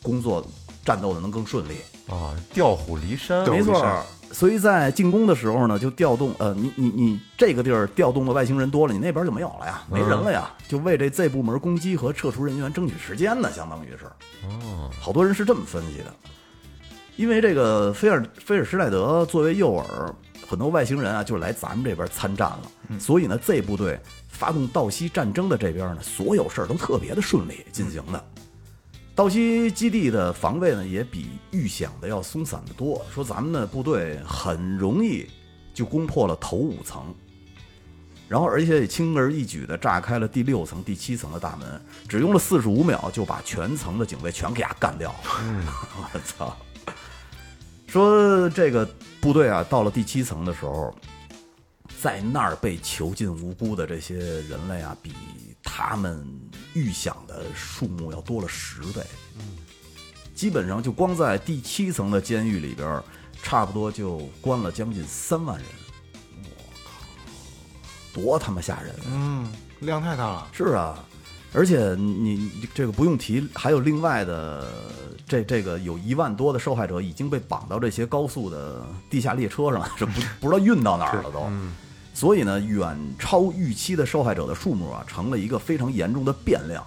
E: 工作战斗的能更顺利，
B: 啊，调虎离山，
C: 对
E: 没
C: 我
E: 错
C: 理解
E: 儿。所以在进攻的时候呢，就调动呃，你你你这个地儿调动的外星人多了，你那边就没有了呀，没人了呀，就为这 Z 部门攻击和撤除人员争取时间呢，相当于是。哦，好多人是这么分析的，因为这个菲尔菲尔施耐德作为诱饵，很多外星人啊就来咱们这边参战了，所以呢 Z 部队发动道西战争的这边呢，所有事儿都特别的顺利进行的。道西基地的防卫呢，也比预想的要松散得多。说咱们的部队很容易就攻破了头五层，然后而且也轻而易举地炸开了第六层、第七层的大门，只用了四十五秒就把全层的警卫全给他干掉了。我操！ 说这个部队啊，到了第七层的时候，在那儿被囚禁无辜的这些人类啊，比他们预想的数目要多了十倍。基本上就光在第七层的监狱里边儿，差不多就关了将近三万人。我靠，多他妈吓人！啊
C: 嗯，量太大了，
E: 是啊，而且你你这个不用提，还有另外的这这个有一万多的受害者已经被绑到这些高速的地下列车上了，是 不不知道运到哪儿了都。所以呢，远超预期的受害者的数目啊，成了一个非常严重的变量。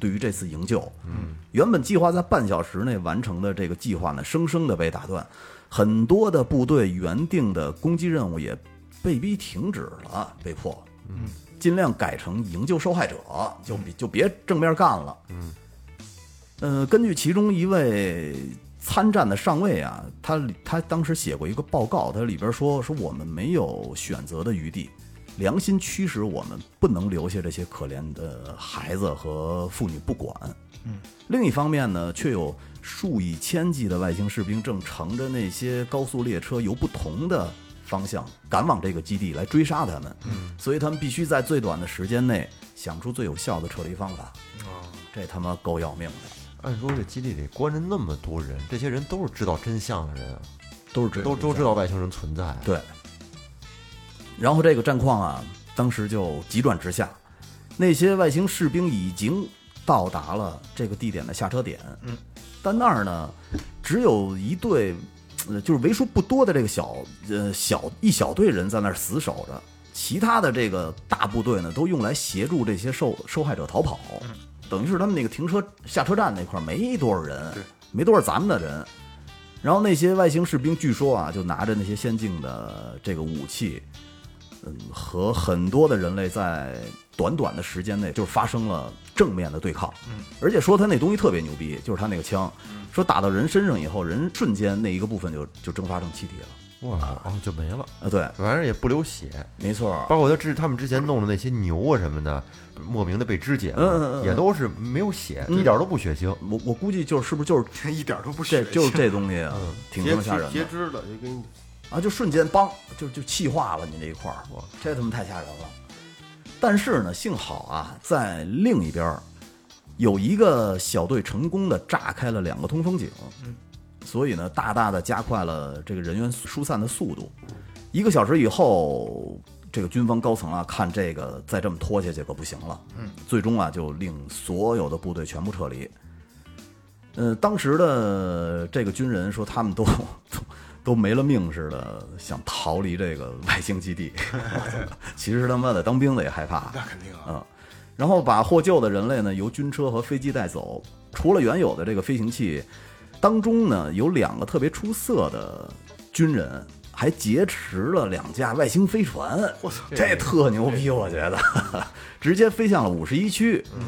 E: 对于这次营救，嗯，原本计划在半小时内完成的这个计划呢，生生的被打断，很多的部队原定的攻击任务也被逼停止了，被迫，嗯，尽量改成营救受害者，就比就别正面干了，嗯，呃，根据其中一位参战的上尉啊，他里他当时写过一个报告，他里边说说我们没有选择的余地，良心驱使我们不能留下这些可怜的孩子和妇女不管。嗯，另一方面呢，却有数以千计的外星士兵正乘着那些高速列车由不同的方向赶往这个基地来追杀他们。嗯，所以他们必须在最短的时间内想出最有效的撤离方法。这他妈够要命的，
B: 按说这基地里关着那么多人，这些人都是知道真相的人啊，
E: 都是这
B: 都都知道外星人存在啊。
E: 对。然后这个战况啊，当时就急转直下，那些外星士兵已经到达了这个地点的下车点，嗯，但那儿呢，只有一队，呃，就是为数不多的这个小呃小一小队人在那儿死守着，其他的这个大部队呢，都用来协助这些受受害者逃跑，等于是他们那个停车下车站那块儿没多少人，没多少咱们的人，然后那些外星士兵据说啊，就拿着那些先进的这个武器，嗯，和很多的人类在短短的时间内就是发生了正面的对抗。嗯，而且说他那东西特别牛逼，就是他那个枪，说打到人身上以后，人瞬间那一个部分就就蒸发成气体了。
B: 哇，哦，就没了，
E: 啊，对，
B: 反正也不流血。
E: 没错儿。
B: 包括他之他们之前弄的那些牛啊什么的，莫名的被肢解了，
E: 嗯嗯嗯嗯嗯
B: 也都是没有血，一点都不血腥。
E: 我我估计就是是不是就 是
C: 一点都不
E: 这
C: 血腥
E: 就是这东西啊，挺他
D: 截
E: 妈吓
D: 肢
E: 人
D: 截
E: 的
D: 肢了，就给你
E: 啊！就瞬间梆就就气化了你这一块儿，哇，这他妈太吓人了。但是呢，幸好啊，在另一边儿有一个小队成功的炸开了两个通风井，所以呢，大大的加快了这个人员疏散的速度。一个小时以后，这个军方高层啊，看这个再这么拖下去可不行了，嗯，最终啊就令所有的部队全部撤离。呃，当时的这个军人说，他们都都都没了命似的，想逃离这个外星 基地。其实他妈的当兵的也害怕，
C: 那肯定啊，
E: 嗯，然后把获救的人类呢由军车和飞机带走。除了原有的这个飞行器，当中呢有两个特别出色的军人，还劫持了两架外星飞船。我操，这特牛逼，我觉得， 直接飞向了五十一区。嗯。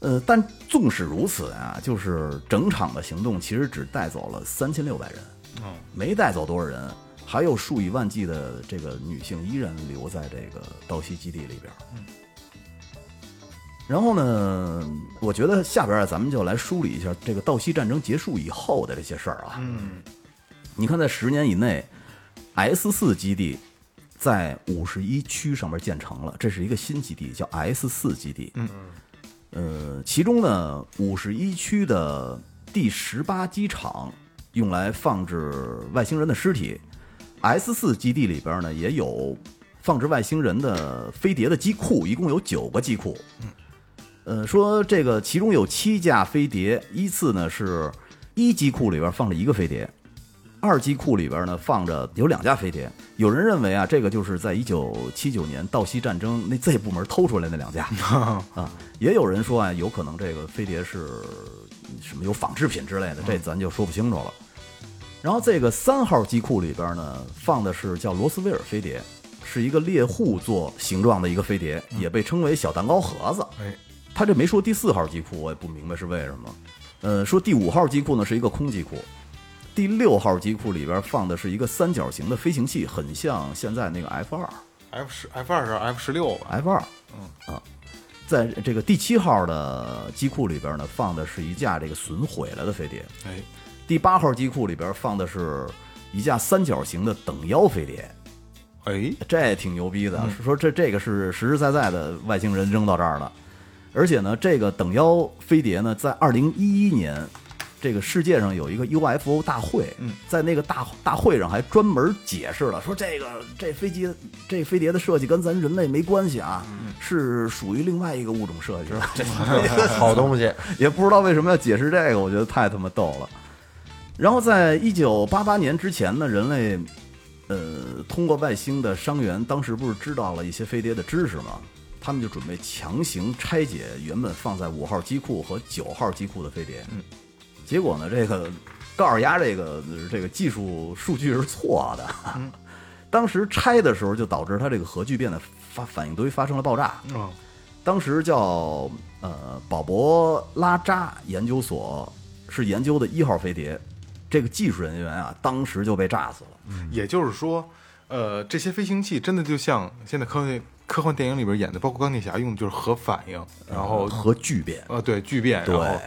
E: 呃，但纵使如此啊，就是整场的行动其实只带走了三千六百人，
C: 嗯，
E: 没带走多少人，还有数以万计的这个女性依然留在这个道西基地里边。嗯，然后呢，我觉得下边啊咱们就来梳理一下这个道西战争结束以后的这些事儿啊。
C: 嗯，
E: 你看，在十年以内，S 四基地在五十一区上面建成了，这是一个新基地，叫 S 四基地。嗯，呃，其中呢，五十一区的第十八机场用来放置外星人的尸体，S 四基地里边呢也有放置外星人的飞碟的机库，一共有九个机库。呃，说这个其中有七架飞碟，依次呢是一机库里边放着一个飞碟，二机库里边呢放着有两架飞碟。有人认为啊，这个就是在一九七九年道西战争那 Z 部门偷出来那两架啊，也有人说啊，有可能这个飞碟是什么有仿制品之类的，这咱就说不清楚了。然后这个三号机库里边呢，放的是叫罗斯威尔飞碟，是一个猎户座形状的一个飞碟，也被称为小蛋糕盒子。
C: 哎，
E: 他这没说第四号机库，我也不明白是为什么。呃，说第五号机库呢是一个空机库，第六号机库里边放的是一个三角形的飞行器，很像现在那个 F 二
C: F 十 F 二是 F 十六吧？
E: F 二，嗯啊，在这个第七号的机库里边呢放的是一架这个损毁了的飞碟，
C: 哎，
E: 第八号机库里边放的是一架三角形的等腰飞碟，
C: 哎，
E: 这挺牛逼的，是说这这个是实实在在的外星人扔到这儿的，而且呢，这个等腰飞碟呢，在二零一一年，这个世界上有一个 UFO 大会，在那个大大会上还专门解释了，说这个这飞机这飞碟的设计跟咱人类没关系啊，是属于另外一个物种设计的，这嗯
B: 好东西，
E: 也不知道为什么要解释这个，我觉得太他妈逗了。然后在一九八八年之前呢，人类呃通过外星的伤员，当时不是知道了一些飞碟的知识吗？他们就准备强行拆解原本放在五号机库和九号机库的飞碟。嗯，结果呢，这个告尔鸭这个这个技术数据是错的。 当时拆的时候，就导致它这个核聚变的发反应堆发生了爆炸。
C: 哦，
E: 当时叫呃保博拉扎研究所是研究的一号飞碟，这个技术人员啊，当时就被炸死了。
C: 也就是说，呃，这些飞行器真的就像现在科幻科幻电影里边演的，包括钢铁侠用的就是核反应，然后
E: 核聚变，
C: 呃对聚变，然
E: 对
C: 后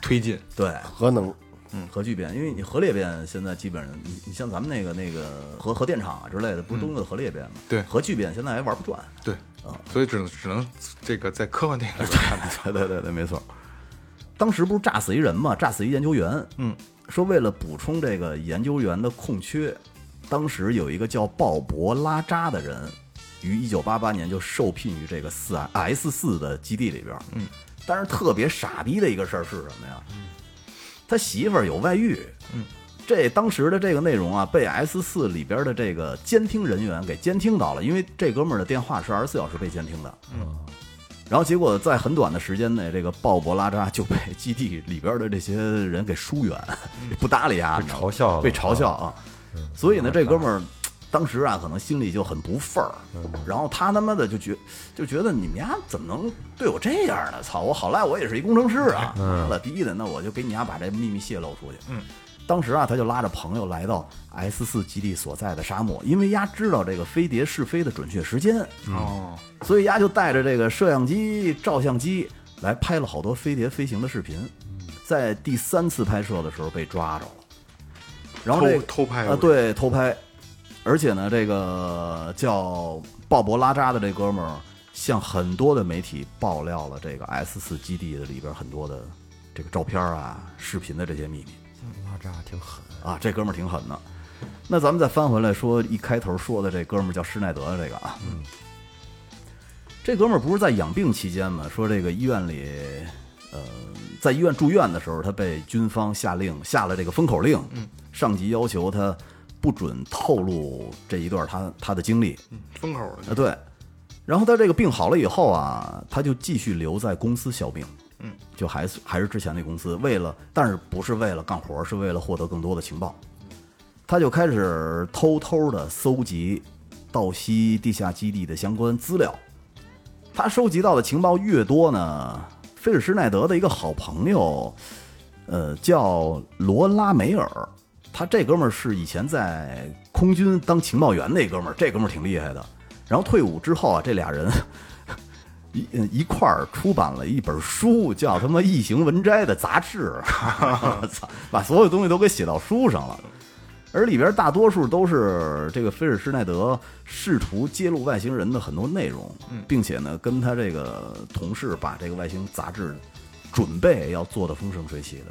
C: 推进，
E: 对，
D: 核能
E: 嗯，核聚变，因为你核裂变现在基本上，你你像咱们那个那个核核电厂啊之类的，不是都有核裂变吗？
C: 对
E: 核聚变现在还玩不转。
C: 对
E: 哦，
C: 所以只能只能这个在科幻电影里边看得
E: 对对对对，没错。当时不是炸死一人嘛，炸死一研究员。
C: 嗯，
E: 说为了补充这个研究员的空缺，当时有一个叫鲍勃拉扎的人，于一九八八年就受聘于这个四 S 四的基地里边。嗯，但是特别傻逼的一个事儿是什么呀？他媳妇儿有外遇。嗯。这当时的这个内容啊，被 S 四里边的这个监听人员给监听到了，因为这哥们儿的电话是二十四小时被监听的。然后结果在很短的时间内，这个鲍勃拉扎就被基地里边的这些人给疏远， 不搭理他，
B: 嘲笑了
E: 被嘲笑啊。所以呢，这哥们儿当时啊，可能心里就很不忿儿，然后他他妈的就觉就觉得你们家怎么能对我这样呢？操，我好赖我也是一工程师啊，妈了逼的，那我就给你家把这秘密泄露出去。嗯。当时啊，他就拉着朋友来到 S 四基地所在的沙漠，因为丫知道这个飞碟试飞的准确时间，
C: 哦，
E: 所以丫就带着这个摄像机、照相机来拍了好多飞碟飞行的视频，在第三次拍摄的时候被抓着了，然后这个
C: 偷偷拍
E: 啊，对，偷拍，而且呢，这个叫鲍勃拉扎的这哥们儿向很多的媒体爆料了这个 S 四基地的里边很多的这个照片啊、视频的这些秘密
B: 拉扎挺狠，
E: 啊，这哥们儿挺狠的。那咱们再翻回来说，一开头说的这哥们儿叫施耐德的这个啊，这哥们儿不是在养病期间吗？说这个医院里，呃，在医院住院的时候，他被军方下令下了这个封口令，上级要求他不准透露这一段他他的经历，
C: 封口了
E: 啊，对。然后他这个病好了以后啊，他就继续留在公司消病，嗯，就还是还是之前那公司，为了但是不是为了干活，是为了获得更多的情报，他就开始偷偷的搜集道西地下基地的相关资料。他收集到的情报越多呢，菲尔施耐德的一个好朋友，呃，叫罗拉梅尔，他这哥们儿是以前在空军当情报员那哥们儿，这哥们儿挺厉害的。然后退伍之后啊，这俩人 一呃一块儿出版了一本书，叫他妈《异形文摘》的杂志， 我操，把所有东西都给写到书上了。而里边大多数都是这个菲尔施耐德试图揭露外星人的很多内容，并且呢，跟他这个同事把这个外星杂志准备要做的风生水起的，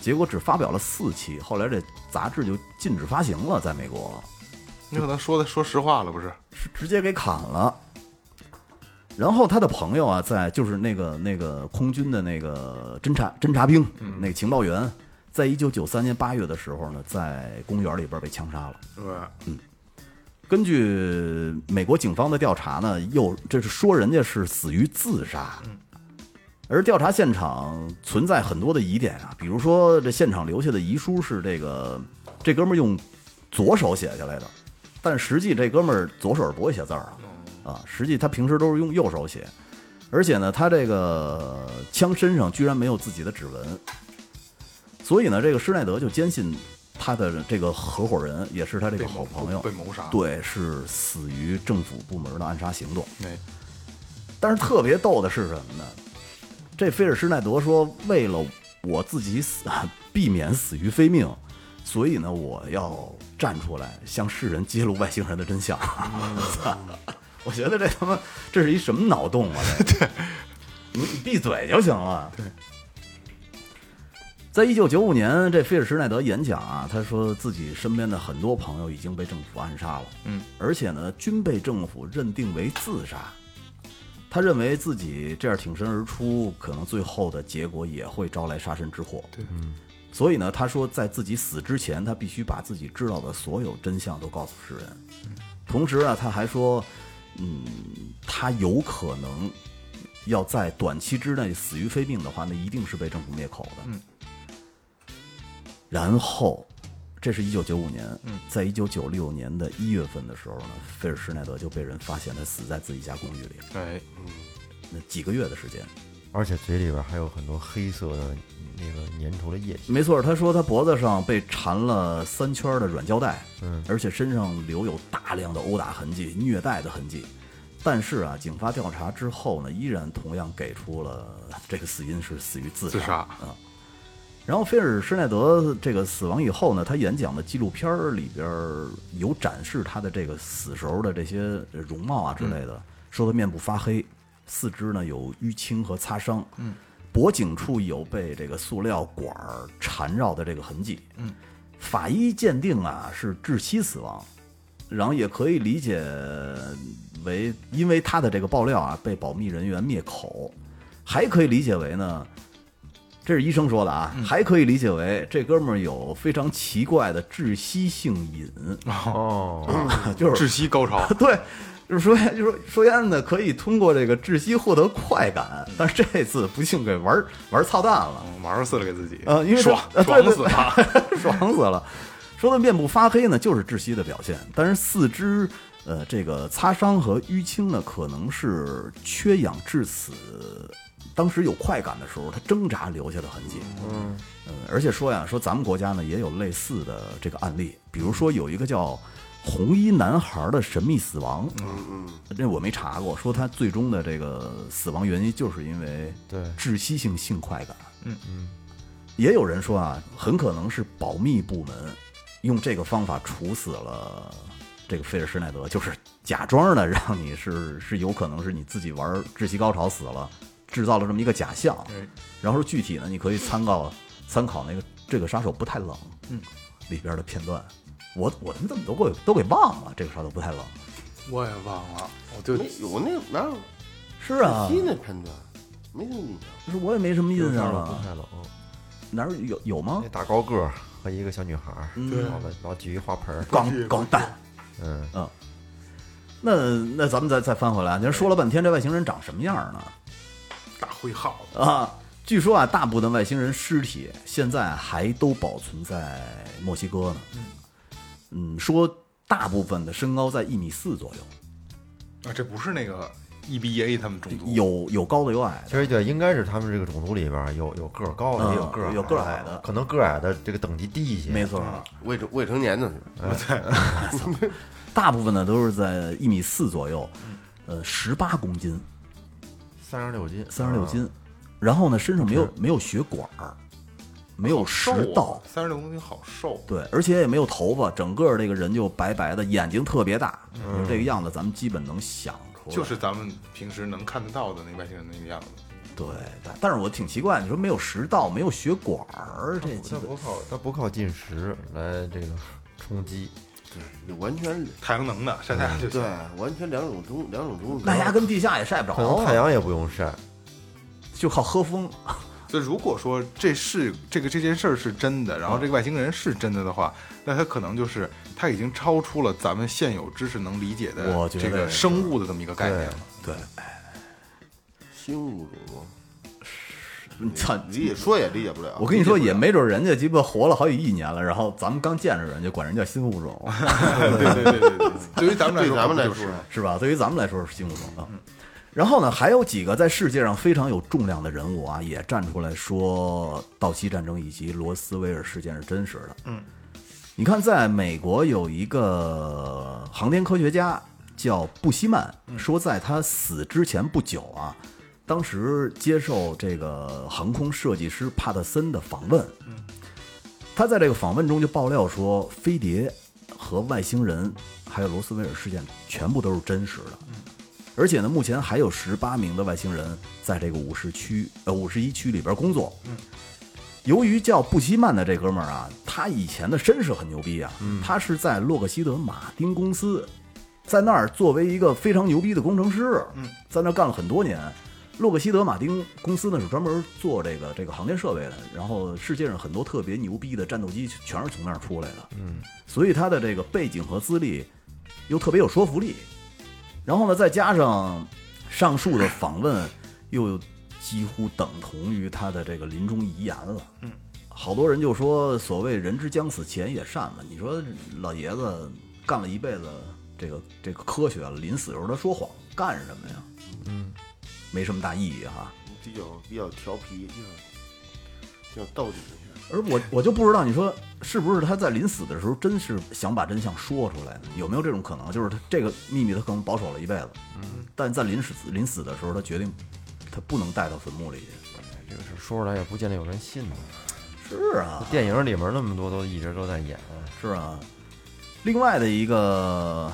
E: 结果只发表了四期，后来这杂志就禁止发行了，在美国
C: 你可能说的说实话了，不是？
E: 是直接给砍了。然后他的朋友啊，在就是那个那个空军的那个侦察侦察兵，那个情报员，在一九九三年八月的时候呢，在公园里边被枪杀了。
C: 对吧，
E: 根据美国警方的调查呢，又这是说人家是死于自杀，而调查现场存在很多的疑点啊，比如说这现场留下的遗书是这个这哥们儿用左手写下来的，但实际这哥们儿左手是不会写字儿啊，啊，实际他平时都是用右手写，而且呢，他这个枪身上居然没有自己的指纹，所以呢，这个施耐德就坚信他的这个合伙人也是他这
C: 被
E: 个好
C: 谋
E: 朋友
C: 被谋杀。，
E: 对，是死于政府部门的暗杀行动。
C: 哎，
E: 但是特别逗的是什么呢？这菲尔施耐德说，为了我自己死， 避免死于非命，所以呢，我要站出来向世人揭露外星人的真相。 我觉得这他妈这是一什么脑洞啊！这你你闭嘴就行了。对，在一九九五年，这菲尔施耐德演讲啊，他说自己身边的很多朋友已经被政府暗杀了，
C: 嗯，
E: 而且呢，均被政府认定为自杀。他认为自己这样挺身而出，可能最后的结果也会招来杀身之祸。
C: 对，
E: 所以呢，他说在自己死之前，他必须把自己知道的所有真相都告诉世人。同时啊，他还说，嗯，他有可能要在短期之内死于非命的话，那一定是被政府灭口的。
C: 嗯。
E: 然后，这是一九九五年，在一九九六年的一月份的时候呢，菲尔施耐德就被人发现他死在自己家公寓里，
C: 哎，
E: 那几个月的时间。
B: 而且嘴里边还有很多黑色的那个粘稠的液体。
E: 没错，他说他脖子上被缠了三圈的软胶带，
B: 嗯，
E: 而且身上留有大量的殴打痕迹、虐待的痕迹。但是啊，警方调查之后呢，依然同样给出了这个死因是死于自杀。
C: 自杀
E: 然后菲尔施耐德这个死亡以后呢，他演讲的纪录片儿里边儿有展示他的这个死时候的这些容貌啊之类的，说他面部发黑，四肢呢有淤青和擦伤，嗯，脖颈处有被这个塑料管儿缠绕的这个痕迹，嗯，法医鉴定啊是窒息死亡，然后也可以理解为，因为他的这个爆料啊被保密人员灭口，还可以理解为呢，这是医生说的
C: 嗯
E: 啊，还可以理解为这哥们儿有非常奇怪的窒息性瘾，
B: 哦，
E: 就是
C: 啊窒息高潮。
E: 对，就是说 就说说烟呢可以通过这个窒息获得快感，但是这次不幸给玩玩操蛋了。
C: 嗯玩死了给自己，
E: 呃，因为
C: 爽
E: 他
C: 爽死了，，
E: 呃对对对 爽死了。说的面部发黑呢，就是窒息的表现，但是四肢呃这个擦伤和淤青呢，可能是缺氧致死。当时有快感的时候，他挣扎留下的痕迹。嗯，而且说呀，说咱们国家呢也有类似的这个案例，比如说有一个叫红衣男孩的神秘死亡，嗯嗯，这我没查过，说他最终的这个死亡原因就是因为
B: 对
E: 窒息性性快感。
B: 嗯
E: 也有人说啊，很可能是保密部门用这个方法处死了这个菲尔施耐德，就是假装的让你是是有可能是你自己玩窒息高潮死了，制造了这么一个假象。
C: 哎
E: 然后具体呢，你可以参考参考那个这个杀手不太冷，嗯，里边的片段，我我他妈怎么都给都给忘了，这个事儿都不太冷。
C: 我也忘了，我就
D: 没有那哪有
E: 是
D: 可
E: 啊，
D: 惜那判断，没什么印象。
E: 就是啊我也没什么印
B: 不
E: 象
B: 太冷，不
E: 了，
B: 太冷。嗯
E: 哪有有有吗
B: 那？大高个儿和一个小女孩儿，
E: 嗯
B: 然后呢，然后举一花盆儿，
E: 钢钢蛋。
B: 嗯，
E: 那那咱们再再翻回来，您说了半天这外星人长什么样呢？
C: 大灰耗子，
E: 啊，据说啊，大部分外星人尸体现在还都保存在墨西哥呢。嗯，说大部分的身高在一米四左右，
C: 啊，这不是那个 EBA 他们种族，
E: 有有高的有矮
B: 其
E: 的。
B: 实对，应该是他们这个种族里边儿有有个儿高的，
E: 嗯
B: 也有个儿
E: 有个儿矮的
B: 可能个儿矮的这个等级低一些。
E: 没，错，
D: 未成未成年的是吧
E: 大部分呢都是在一米四左右，呃，十八公斤，
B: 三十六斤，
E: 三十六
B: 嗯
E: 斤。然后呢，身上没有没有血管儿，没有食道，
C: 三十六公斤好瘦，
E: 对，而且也没有头发，整个这个人就白白的，眼睛特别大，这个样子咱们基本能想出来。
C: 就是咱们平时能看得到的那外星人那个样子。
E: 对，但但是我挺奇怪，你说没有食道，没有血管儿，这基
B: 它
E: 本
B: 不靠它不靠进食来这个冲击，
D: 就完全
C: 太阳能的晒太阳就
D: 对
C: 行。，
E: 嗯
D: 完全两种中两种中。
E: 那压根地下也晒不
B: 可能
E: 着，啊
B: 太阳也不用晒。
E: 就靠喝风。啊
C: 所以如果说这是这个这件事儿是真的，然后这个外星人是真的的话，那他可能就是他已经超出了咱们现有知识能理解
E: 我
C: 的
E: 觉
C: 这
E: 得
C: 个
E: 是
C: 生物的这么一个概念了。
E: 对，
D: 新物种，啊
E: 你操！
D: 理解说也理解不了。
E: 我跟你说，
D: 理解
E: 也
D: 不了
E: 没准人家鸡巴活了好几亿年了，然后咱们刚见着人家，管人叫新物种，
C: 对对对对对，对于咱们来说，
D: 对咱们来
C: 就是
D: 说，
E: 是吧？对于咱们来说是新物种啊。然后呢，还有几个在世界上非常有重量的人物啊，也站出来说道奇战争以及罗斯威尔事件是真实的。嗯，你看，在美国有一个航天科学家叫布希曼，说在他死之前不久啊，当时接受这个航空设计师帕特森的访问。他在这个访问中就爆料说，飞碟和外星人还有罗斯威尔事件全部都是真实的。而且呢，目前还有十八名的外星人在这个五十区呃五十一区里边工作。由于叫布希曼的这哥们儿啊，他以前的身世很牛逼啊，他是在洛克希德马丁公司，在那儿作为一个非常牛逼的工程师，在那儿干了很多年。洛克希德马丁公司呢是专门做这个这个航天设备的，然后世界上很多特别牛逼的战斗机全是从那儿出来的，嗯，所以他的这个背景和资历又特别有说服力，然后呢，再加上上述的访问，又几乎等同于他的这个临终遗言了。嗯，好多人就说，所谓人之将死，其言也善嘛。你说老爷子干了一辈子这个这个科学了，临死时候他说谎干什么呀？嗯，没什么大意义哈。
D: 比较啊比较调
C: 嗯
D: 皮，比较比较到底一下。
E: 而我我就不知道，你说是不是他在临死的时候真是想把真相说出来呢？有没有这种可能？就是他这个秘密他可能保守了一辈子，但在临死临死的时候，他决定他不能带到坟墓里去。
B: 这个事儿说出来也不见得有人信呢。
E: 是啊，
B: 电影里面那么多都一直都在演，
E: 是啊。另外的一个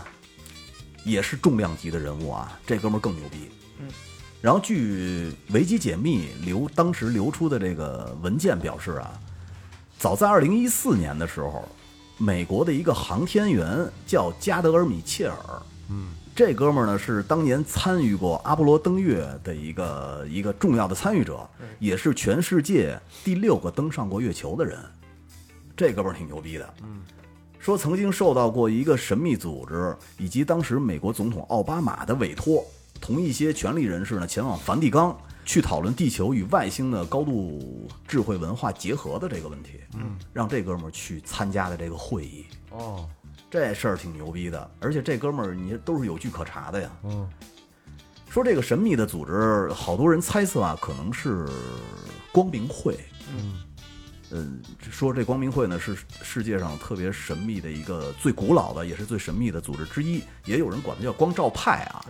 E: 也是重量级的人物啊，这哥们儿更牛逼。然后据维基解密流当时流出的这个文件表示啊，早在二零一四年的时候，美国的一个航天员叫加德尔米切尔，嗯，这哥们儿呢是当年参与过阿波罗登月的一个一个重要的参与者，也是全世界第六个登上过月球的人。这哥们儿挺牛逼的，嗯，说曾经受到过一个神秘组织以及当时美国总统奥巴马的委托，同一些权力人士呢前往梵蒂冈去讨论地球与外星的高度智慧文化结合的这个问题，嗯，让这哥们儿去参加的这个会议，
B: 哦，
E: 这事儿挺牛逼的，而且这哥们儿你都是有据可查的呀。
B: 嗯，
E: 说这个神秘的组织，好多人猜测啊，可能是光明会。嗯，说这光明会呢是世界上特别神秘的一个最古老的，也是最神秘的组织之一，也有人管它叫光照派啊。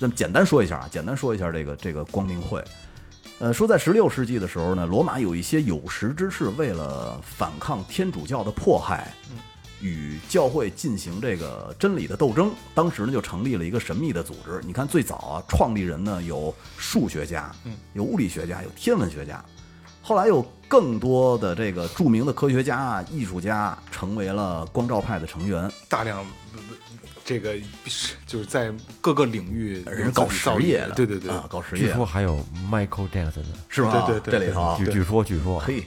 E: 那么简单说一下啊，简单说一下这个这个光明会。呃，说在十六世纪的时候呢，罗马有一些有识之士为了反抗天主教的迫害，与教会进行这个真理的斗争。当时呢，就成立了一个神秘的组织。你看，
C: 嗯
E: 最早啊，创立人呢有数学家，有物理学家，有天文学家，后来有更多的这个著名的科学家、艺术家成为了光照派的成员，
C: 大量呃这个是就是在各个领域
E: 人搞实
C: 造
E: 业的，
C: 对对对，
E: 啊，搞实
B: 据
E: 业
B: 说还有 Michael Jackson 呢，
E: 是吧？
C: 对对对
E: 这里头啊
B: 据据说据说，
E: 嘿。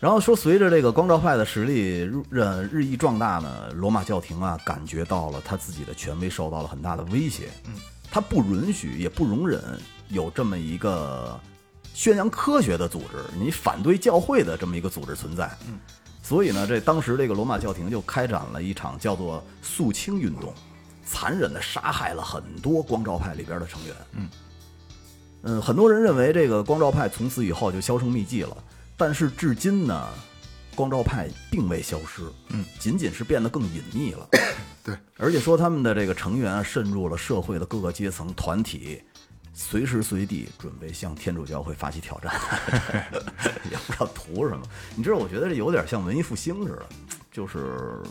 E: 然后说，随着这个光照派的实力日呃日益壮大呢，罗马教廷啊感觉到了他自己的权威受到了很大的威胁，嗯，他不允许也不容忍有这么一个宣扬科学的组织，你反对教会的这么一个组织存在，嗯，所以呢，这当时这个罗马教廷就开展了一场叫做肃清运动，残忍的杀害了很多光照派里边的成员，嗯，很多人认为这个光照派从此以后就销声匿迹了，但是至今呢，光照派并未消失，嗯，仅仅是变得更隐秘了。
C: 对，
E: 而且说他们的这个成员啊，渗入了社会的各个阶层团体，随时随地准备向天主教会发起挑战，也不知道图什么。你知道，我觉得这有点像文艺复兴似的，就是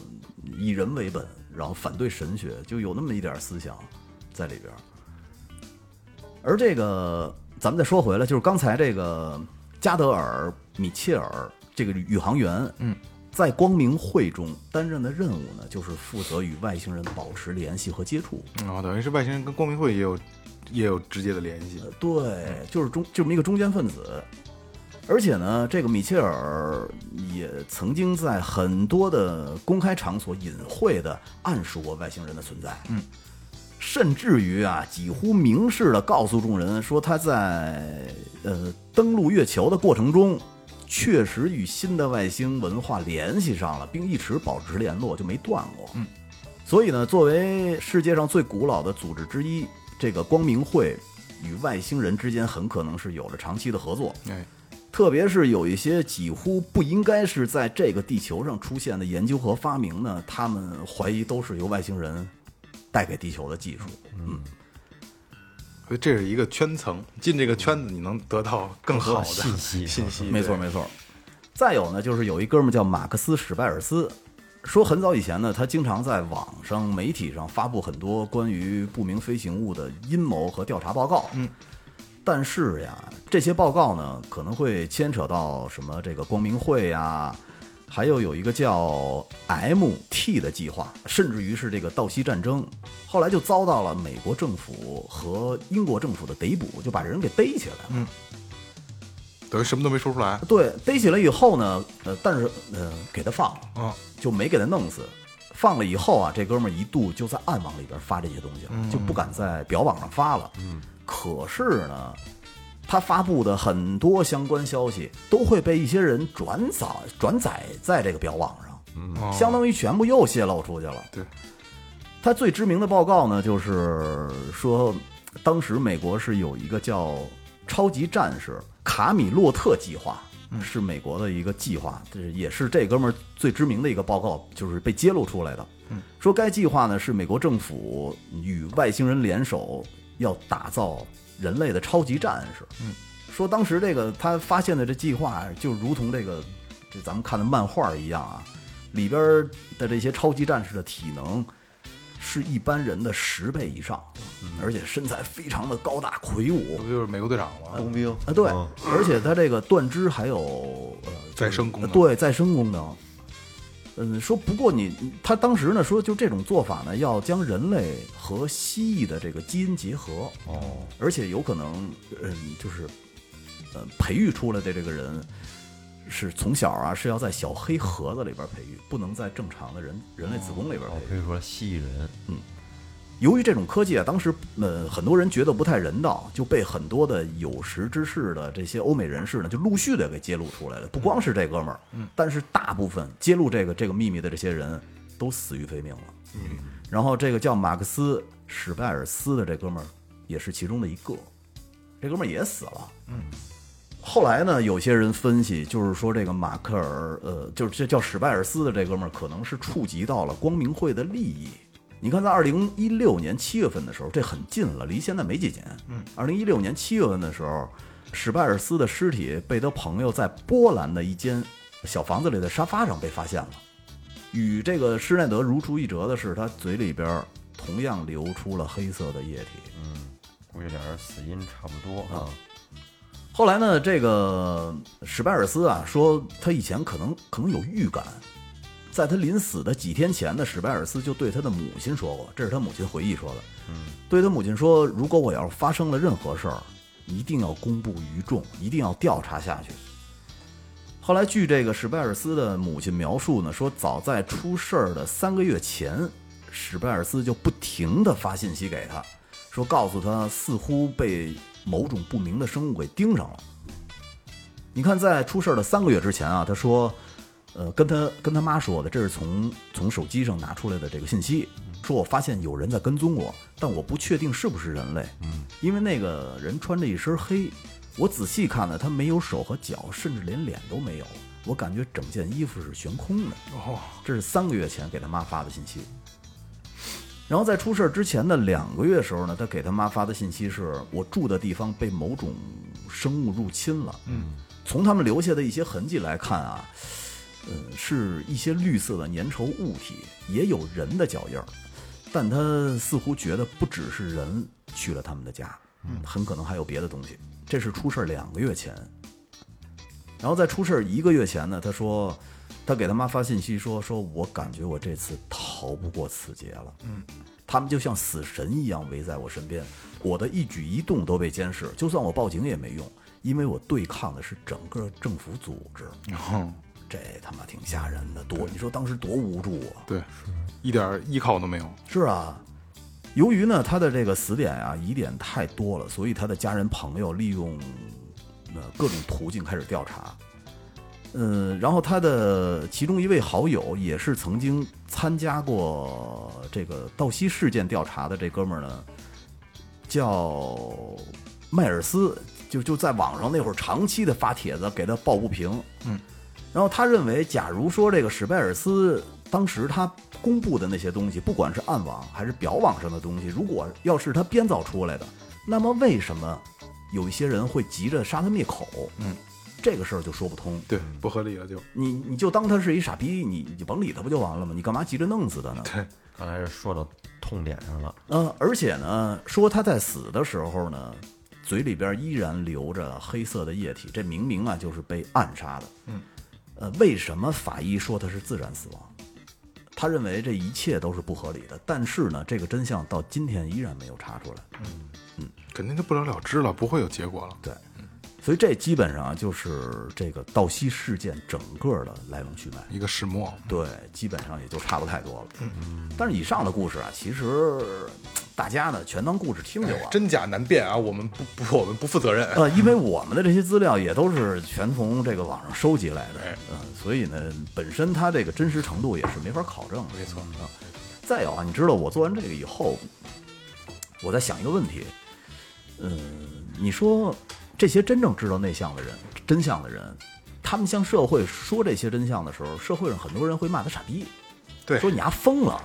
E: 以人为本，然后反对神学，就有那么一点思想在里边儿。而这个，咱们再说回来，就是刚才这个加德尔·米切尔这个宇航员，嗯，在光明会中担任的任务呢，就是负责与外星人保持联系和接触。
C: 哦，等于是外星人跟光明会也有也有直接的联系
E: 呃，对，就是中这么一个中间分子。而且呢，这个米切尔也曾经在很多的公开场所隐晦的暗示过外星人的存在，嗯，甚至于啊，几乎明示的告诉众人说他在呃登陆月球的过程中，确实与新的外星文化联系上了，并一直保持联络，就没断过，嗯。所以呢，作为世界上最古老的组织之一，这个光明会与外星人之间很可能是有着长期的合作，
C: 哎，
E: 特别是有一些几乎不应该是在这个地球上出现的研究和发明呢，他们怀疑都是由外星人带给地球的技术。嗯，
C: 所以这是一个圈层，进这个圈子你能得到更好的
B: 更多的信息
C: 信息
E: 没错
C: 对
E: 没错。再有呢，就是有一哥们儿叫马克思·史拜尔斯，说很早以前呢，他经常在网上、媒体上发布很多关于不明飞行物的阴谋和调查报告。嗯，但是呀，这些报告呢，可能会牵扯到什么这个光明会呀。还有有一个叫 MT 的计划，甚至于是这个道西战争，后来就遭到了美国政府和英国政府的逮捕，就把人给逮起来了。
C: 等于什么都没说出来。
E: 对，逮起来以后呢，呃，但是呃，给他放了，
C: 嗯，
E: 就没给他弄死。放了以后啊，这哥们儿一度就在暗网里边发这些东西了，就不敢在表网上发了。嗯，可是呢，他发布的很多相关消息都会被一些人转载转载在这个表网上，
C: 哦
E: 嗯相当于全部又泄露出去了。
C: 对，
E: 他最知名的报告呢，就是说，当时美国是有一个叫“超级战士卡米洛特计划”，
C: 嗯
E: 是美国的一个计划，这也是这哥们儿最知名的一个报告，就是被揭露出来的。说该计划呢是美国政府与外星人联手要打造人类的超级战士。嗯，说当时这个他发现的这计划就如同这个这咱们看的漫画一样啊，里边的这些超级战士的体能。是一般人的十倍以上，而且身材非常的高大魁
C: 这
E: 梧
C: 不就是美国队长吗？
B: 工兵
E: 啊，对
B: 嗯，
E: 而且他这个断肢还有呃
C: 再生功能
E: 对再生功能。嗯，说不过你他当时呢说，就这种做法呢，要将人类和蜥蜴的这个基因结合，
B: 哦，
E: 而且有可能，嗯，就是，呃，培育出来的这个人是从小啊是要在小黑盒子里边培育，不能在正常的人人类子宫里边培
B: 哦
E: 育。
B: 可以说蜥蜴人，
E: 由于这种科技啊，当时呃很多人觉得不太人道，就被很多的有识之士的这些欧美人士呢，就陆续的给揭露出来了。不光是这哥们儿，但是大部分揭露这个这个秘密的这些人都死于非命了。嗯，然后这个叫马克思·史拜尔斯的这哥们儿也是其中的一个，这哥们儿也死了。后来呢，有些人分析，就是说这个马克尔，呃，就是这叫史拜尔斯的这哥们儿，可能是触及到了光明会的利益。你看，在二零一六年七月份的时候，这很近了，离现在没几年。嗯，二零一六年七月份的时候，史拜尔斯的尸体被他朋友在波兰的一间小房子里的沙发上被发现了。与这个施耐德如出一辙的是，他嘴里边儿同样流出了黑色的液体。
B: 啊估计俩人死因差不多啊。
E: 后来呢，这个史拜尔斯啊说，他以前可能可能有预感，在他临死的几天前呢，史拜尔斯就对他的母亲说过，这是他母亲回忆说的，嗯，对他母亲说，如果我要是发生了任何事儿，一定要公布于众，一定要调查下去。后来据这个史拜尔斯的母亲描述呢，说早在出事儿的三个月前，史拜尔斯就不停地发信息给他，说告诉他似乎被某种不明的生物给盯上了。你看，在出事儿的三个月之前啊，他说，呃，跟他跟他妈说的，这是从从手机上拿出来的这个信息，说我发现有人在跟踪我，但我不确定是不是人类，嗯，因为那个人穿着一身黑，我仔细看呢，他没有手和脚，甚至连脸都没有，我感觉整件衣服是悬空的。
C: 哦，
E: 这是三个月前给他妈发的信息。然后在出事儿之前的两个月时候呢，他给他妈发的信息是我住的地方被某种生物入侵了。嗯，从他们留下的一些痕迹来看啊，呃，是一些绿色的粘稠物体，也有人的脚印儿，但他似乎觉得不只是人去了他们的家，嗯，很可能还有别的东西。这是出事儿两个月前，然后在出事儿一个月前呢，他说，他给他妈发信息说，说我感觉我这次逃不过此劫了。嗯，他们就像死神一样围在我身边，我的一举一动都被监视，就算我报警也没用，因为我对抗的是整个政府组织。嗯
C: 哦，
E: 这他妈挺吓人的，多你说当时多无助 啊！
C: 对，一点依靠都没有。
E: 是啊，由于呢他的这个死点啊疑点太多了，所以他的家人朋友利用呃各种途径开始调查。嗯，然后他的其中一位好友也是曾经参加过这个道西事件调查的这哥们儿呢，叫迈尔斯，就就在网上那会儿长期的发帖子给他抱不平，然后他认为，假如说这个史贝尔斯当时他公布的那些东西，不管是暗网还是表网上的东西，如果要是他编造出来的，那么为什么有一些人会急着杀他灭口？嗯，这个事儿就说不通。
C: 对，不合理了就。
E: 你你就当他是一傻逼，你你甭理他不就完了吗？你干嘛急着弄死他呢？
C: 对，
B: 看来是说到痛点上了。
E: 呃，而且呢，说他在死的时候呢，嘴里边依然流着黑色的液体，这明明啊就是被暗杀的。嗯，呃，为什么法医说他是自然死亡？他认为这一切都是不合理的，但是呢，这个真相到今天依然没有查出来。
C: 肯定就不了了之了，不会有结果了。
E: 对，所以这基本上啊就是这个道西事件整个的来龙去脉。
C: 一个始末，
E: 对，基本上也就差不太多了。但是以上的故事啊，其实大家呢全当故事听就完了。
C: 真假难辨啊！我们不不，我们不负责任。
E: 呃，因为我们的这些资料也都是全从这个网上收集来的，
C: 哎
E: 嗯、所以呢，本身它这个真实程度也是没法考证的。
C: 没错
E: 啊。再有啊，你知道我做完这个以后，我在想一个问题，嗯、你说这些真正知道内向的人、真相的人，他们向社会说这些真相的时候，社会上很多人会骂他傻逼，
C: 对
E: 说你丫疯了，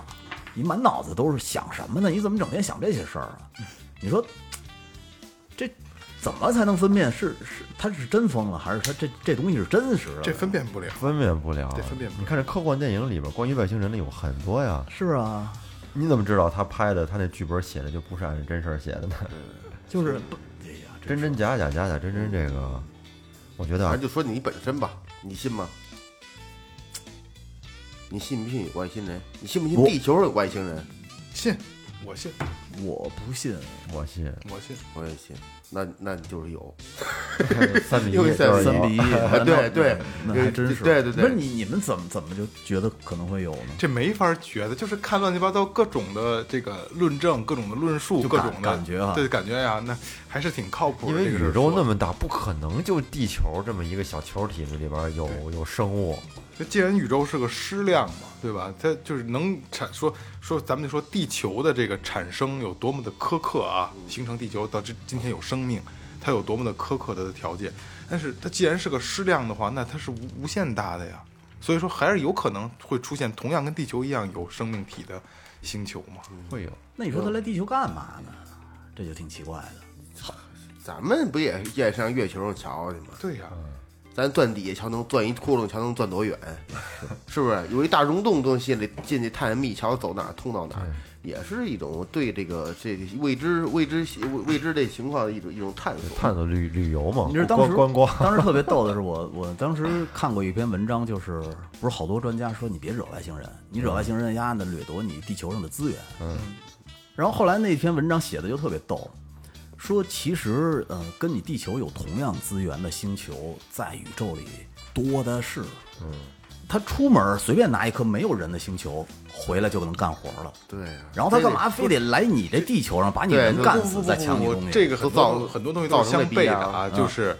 E: 你满脑子都是想什么呢？你怎么整天想这些事儿啊？你说这怎么才能分辨是是他是真疯了，还是他这这东西是真实的？
C: 这分辨不了。
B: 分辨不了，啊
C: 对分辨不了
B: 你看这科幻电影里边关于外星人的有很多呀，
E: 是啊，
B: 你怎么知道他拍的他那剧本写的就不是按真事儿写的呢？
E: 就是哎
B: 真真假假假假真真这个，我觉得
D: 反
B: 啊
D: 正，就说你本身吧，你信吗？你信不信有外星人？你信不信
E: 我
D: 地球有外星人？
C: 信，我信，
E: 我不信，
B: 我信
C: 我信。
D: 我也信，那那就是有。
B: 三比一
D: 又
B: 就是
D: 一三
B: 有
D: 比
E: 三 比一，那
D: 对对
E: 那
D: 对
E: 还真是，
D: 对对对
E: 不是你你们怎么怎么就觉得可能会有呢？
C: 这没法觉得，就是看乱七八糟各种的这个论证、各种的论述、
E: 就
C: 各
E: 感
C: 种的
E: 感觉啊
C: 对感觉呀、那还是挺靠谱的。
B: 因为
C: 这个事儿
B: 宇宙
C: 说
B: 那么大，不可能就地球这么一个小球体里边有有生物，
C: 就既然宇宙是个矢量嘛，对吧？它就是能产说说，咱们就说地球的这个产生有多么的苛刻啊，形成地球到这今天有生命，它有多么的苛刻的条件。但是它既然是个矢量的话，那它是无无限大的呀。所以说，还是有可能会出现同样跟地球一样有生命体的星球嘛。
B: 会有。
E: 那你说他来地球干嘛呢？这就挺奇怪的。
D: 咱们不也也上月球上瞧去吗？
C: 对呀、
D: 咱钻底下瞧能钻一窟窿，瞧能钻多远？是不是？有一大溶洞都进里进去探秘，瞧走哪儿通到哪儿。也是一种对这个这个未知未知未未知这情况的一种一种探索。
B: 探索旅旅游嘛，
E: 你知道当
B: 观
E: 时
B: 观光，
E: 当时特别逗的是我，我当时看过一篇文章，就是不是好多专家说你别惹外星人，你惹外星人，丫的掠夺你地球上的资源。嗯。然后后来那篇文章写的就特别逗，说其实呃，跟你地球有同样资源的星球在宇宙里多的是。嗯。他出门随便拿一颗没有人的星球回来就能干活了，
D: 对啊，
E: 然后他干嘛非得来你这地球上把你
D: 对
E: 人
D: 对
E: 干
D: 不
E: 死再抢你
C: 我
E: 东西？
C: 这个很
D: 造
C: 多很多东西都是相悖的
D: 造成
C: 啊，就是。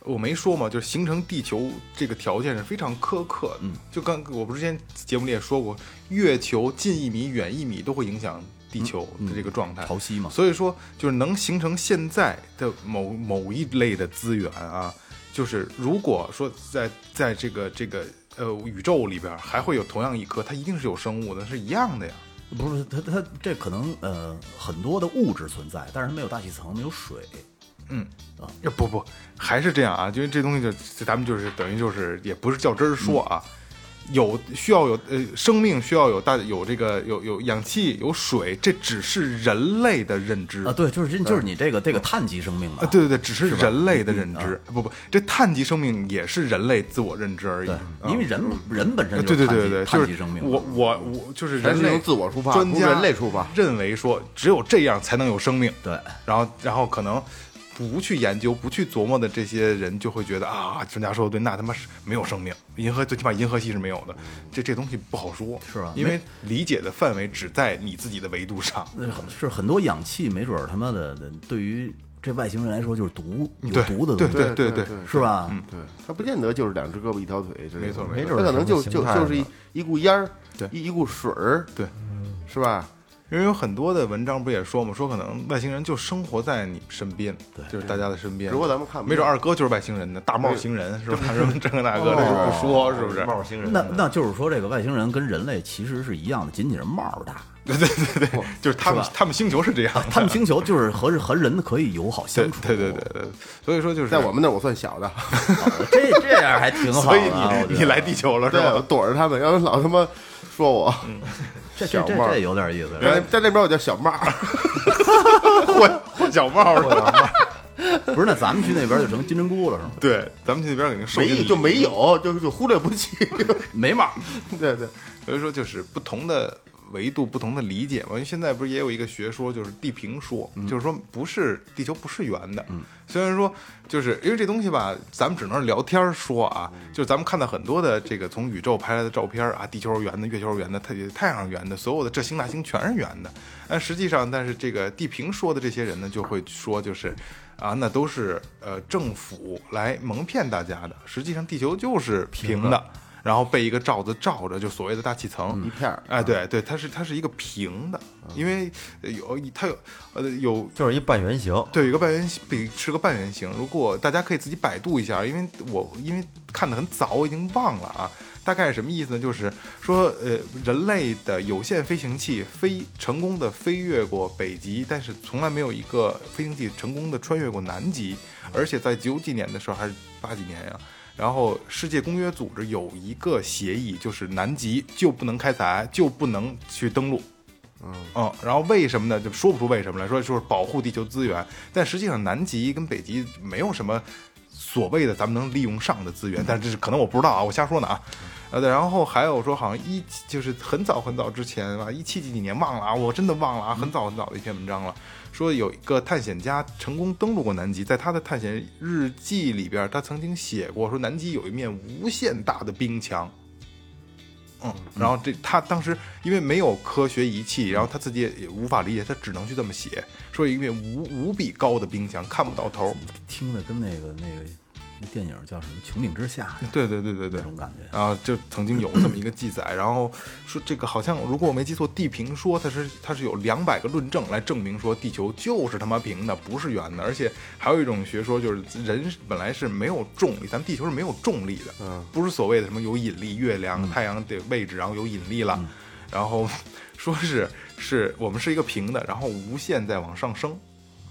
C: 我没说嘛，就是形成地球这个条件是非常苛刻的。嗯，就刚我不是之前节目里也说过，月球近一米、远一米都会影响地球的这个状态。
E: 潮汐嘛，
C: 所以说，就是能形成现在的某某一类的资源啊，就是如果说在在这个这个呃宇宙里边儿还会有同样一颗，它一定是有生物的，是一样的呀。
E: 不是它它这可能呃很多的物质存在，但是它没有大气层，没有水。
C: 嗯
E: 啊
C: 呃不不，还是这样啊，因为这东西就就咱们就是等于就是也不是较真儿说啊，
E: 嗯
C: 有需要有呃生命需要有大有这个有有氧气有水，这只是人类的认知
E: 啊，对，就是就是你这个这个碳基生命嘛，
C: 啊，对对对，只是人类的
E: 嗯
C: 认知，
E: 啊
C: 不不，这碳基生命也是人类自我认知而已。
E: 对
C: 啊，呃
E: 因为人人本身就
C: 对对
E: 是碳
C: 对
E: 基
C: 对，就
E: 碳基
C: 是
E: 生命嘛。
C: 我我我就是
D: 还
C: 人
D: 是
C: 类
D: 从自我出发，
C: 专
D: 从
C: 家
D: 人类出发。
C: 认为说只有这样才能有生命，
E: 对
C: 然后然后可能不去研究、不去琢磨的这些人就会觉得啊，专家说的对，那他妈是没有生命，银河最起码银河系是没有的，这这东西不好说，
E: 是啊
C: 因为理解的范围只在你自己的维度上，
E: 那很是很多氧气，没准儿他妈的对于这外星人来说就是毒，有
C: 对
E: 毒的
C: 对
E: 东西，
C: 对对
D: 对
E: 是吧？
D: 对，它不见得就是两只胳膊一条腿之类的，
C: 没错
B: 没
C: 没
B: 准
D: 它
B: 儿
D: 可能就
B: 什么
D: 就
B: 形态
D: 就是
B: 呢
D: 一一股烟儿，
C: 对
D: 一一股水儿，
C: 对，
B: 嗯
D: 是吧？
C: 因为有很多的文章不也说嘛，说可能外星人就生活在你身边，对，就是大家的身边。
D: 只不过咱们看不
C: 没准
D: 见
C: 二哥就是外星人呢，大帽星人是吧？什么这个那个，这
B: 啊
C: 是不说是不是？
B: 冒星人
E: 那
B: 呢
E: 那就是说，这个外星人跟人类其实是一样的，仅仅是帽儿大。
C: 对对对对，就是他们他们星球是这样的，
E: 他们星球就是和和人可以友好
C: 对
E: 相处，
C: 对对对对，对所以说就是
D: 在我们那儿我算 小的，
E: 这这样还挺好
C: 所
E: 的
C: 以
E: 啊。我觉
C: 你
E: 得
C: 你来地球了是
D: 对，我
C: 吧？
D: 躲着他们，要不然老他妈说我。
C: 嗯
E: 这这这
D: 小帽儿
E: 这有点意思。
D: 在在那边我叫小帽 儿，
C: 换换小帽了，
E: 不是，那咱们去那边就成金针菇了，是吗？
C: 对，咱们去那边肯定受
D: 没
C: 尽
D: 就没有，就就忽略不计。
E: 没帽，
D: 对对，
C: 所以说就是不同的维度、不同的理解嘛。因为现在不是也有一个学说，就是地平说，就是说不是地球不是圆的。虽然说就是因为这东西吧，咱们只能聊天说啊，就是咱们看到很多的这个从宇宙拍来的照片啊，地球是圆的，月球是圆的，太太阳是圆的，所有的这星那星全是圆的。但实际上，但是这个地平说的这些人呢，就会说就是。啊，那都是呃政府来蒙骗大家的。实际上，地球就是平的，然后被一个罩子罩着，就所谓的大气层
D: 一。片儿，
C: 哎，对对，它是它是一个平的，因为呃有它有呃有
B: 就是一半圆形，
C: 对有个半圆形，比是个半圆形。如果大家可以自己百度一下，因为我因为看的很早，我已经忘了啊。大概是什么意思呢？就是说，呃，人类的有限飞行器飞成功的飞越过北极，但是从来没有一个飞行器成功的穿越过南极，而且在九几年的时候还是八几年呀、啊然后世界公约组织有一个协议，就是南极就不能开采，就不能去登陆。嗯，然后为什么呢？就说不出为什么来说，就是保护地球资源。但实际上，南极跟北极没有什么所谓的咱们能利用上的资源，但这是可能我不知道啊，我瞎说呢啊。呃，对然后还有说，好像一七就是很早很早之前吧，一七几几年忘了啊，我真的忘了啊，很早很早的一篇文章了，说有一个探险家成功登陆过南极，在他的探险日记里边，他曾经写过说南极有一面无限大的冰墙，嗯，然后这他当时因为没有科学仪器，然后他自己也也无法理解，他只能去这么写，说一面无无比高的冰墙看不到头儿。
E: 听的跟那个那个那电影叫什么《穹顶之下》
C: 对对对对对
E: 那，种感觉。
C: 啊，就曾经有这么一个记载，然后说这个好像如果我没记错，地平说它是它是有两百个论证来证明说地球就是他妈平的，不是圆的，而且还有一种学说就是人是本来是没有重力，咱们地球是没有重力的，
D: 嗯，
C: 不是所谓的什么有引力，月亮、太阳的位置，然后有引力了，然
D: 嗯
C: 后 说是是我们是一个平的，然后无限在往上升，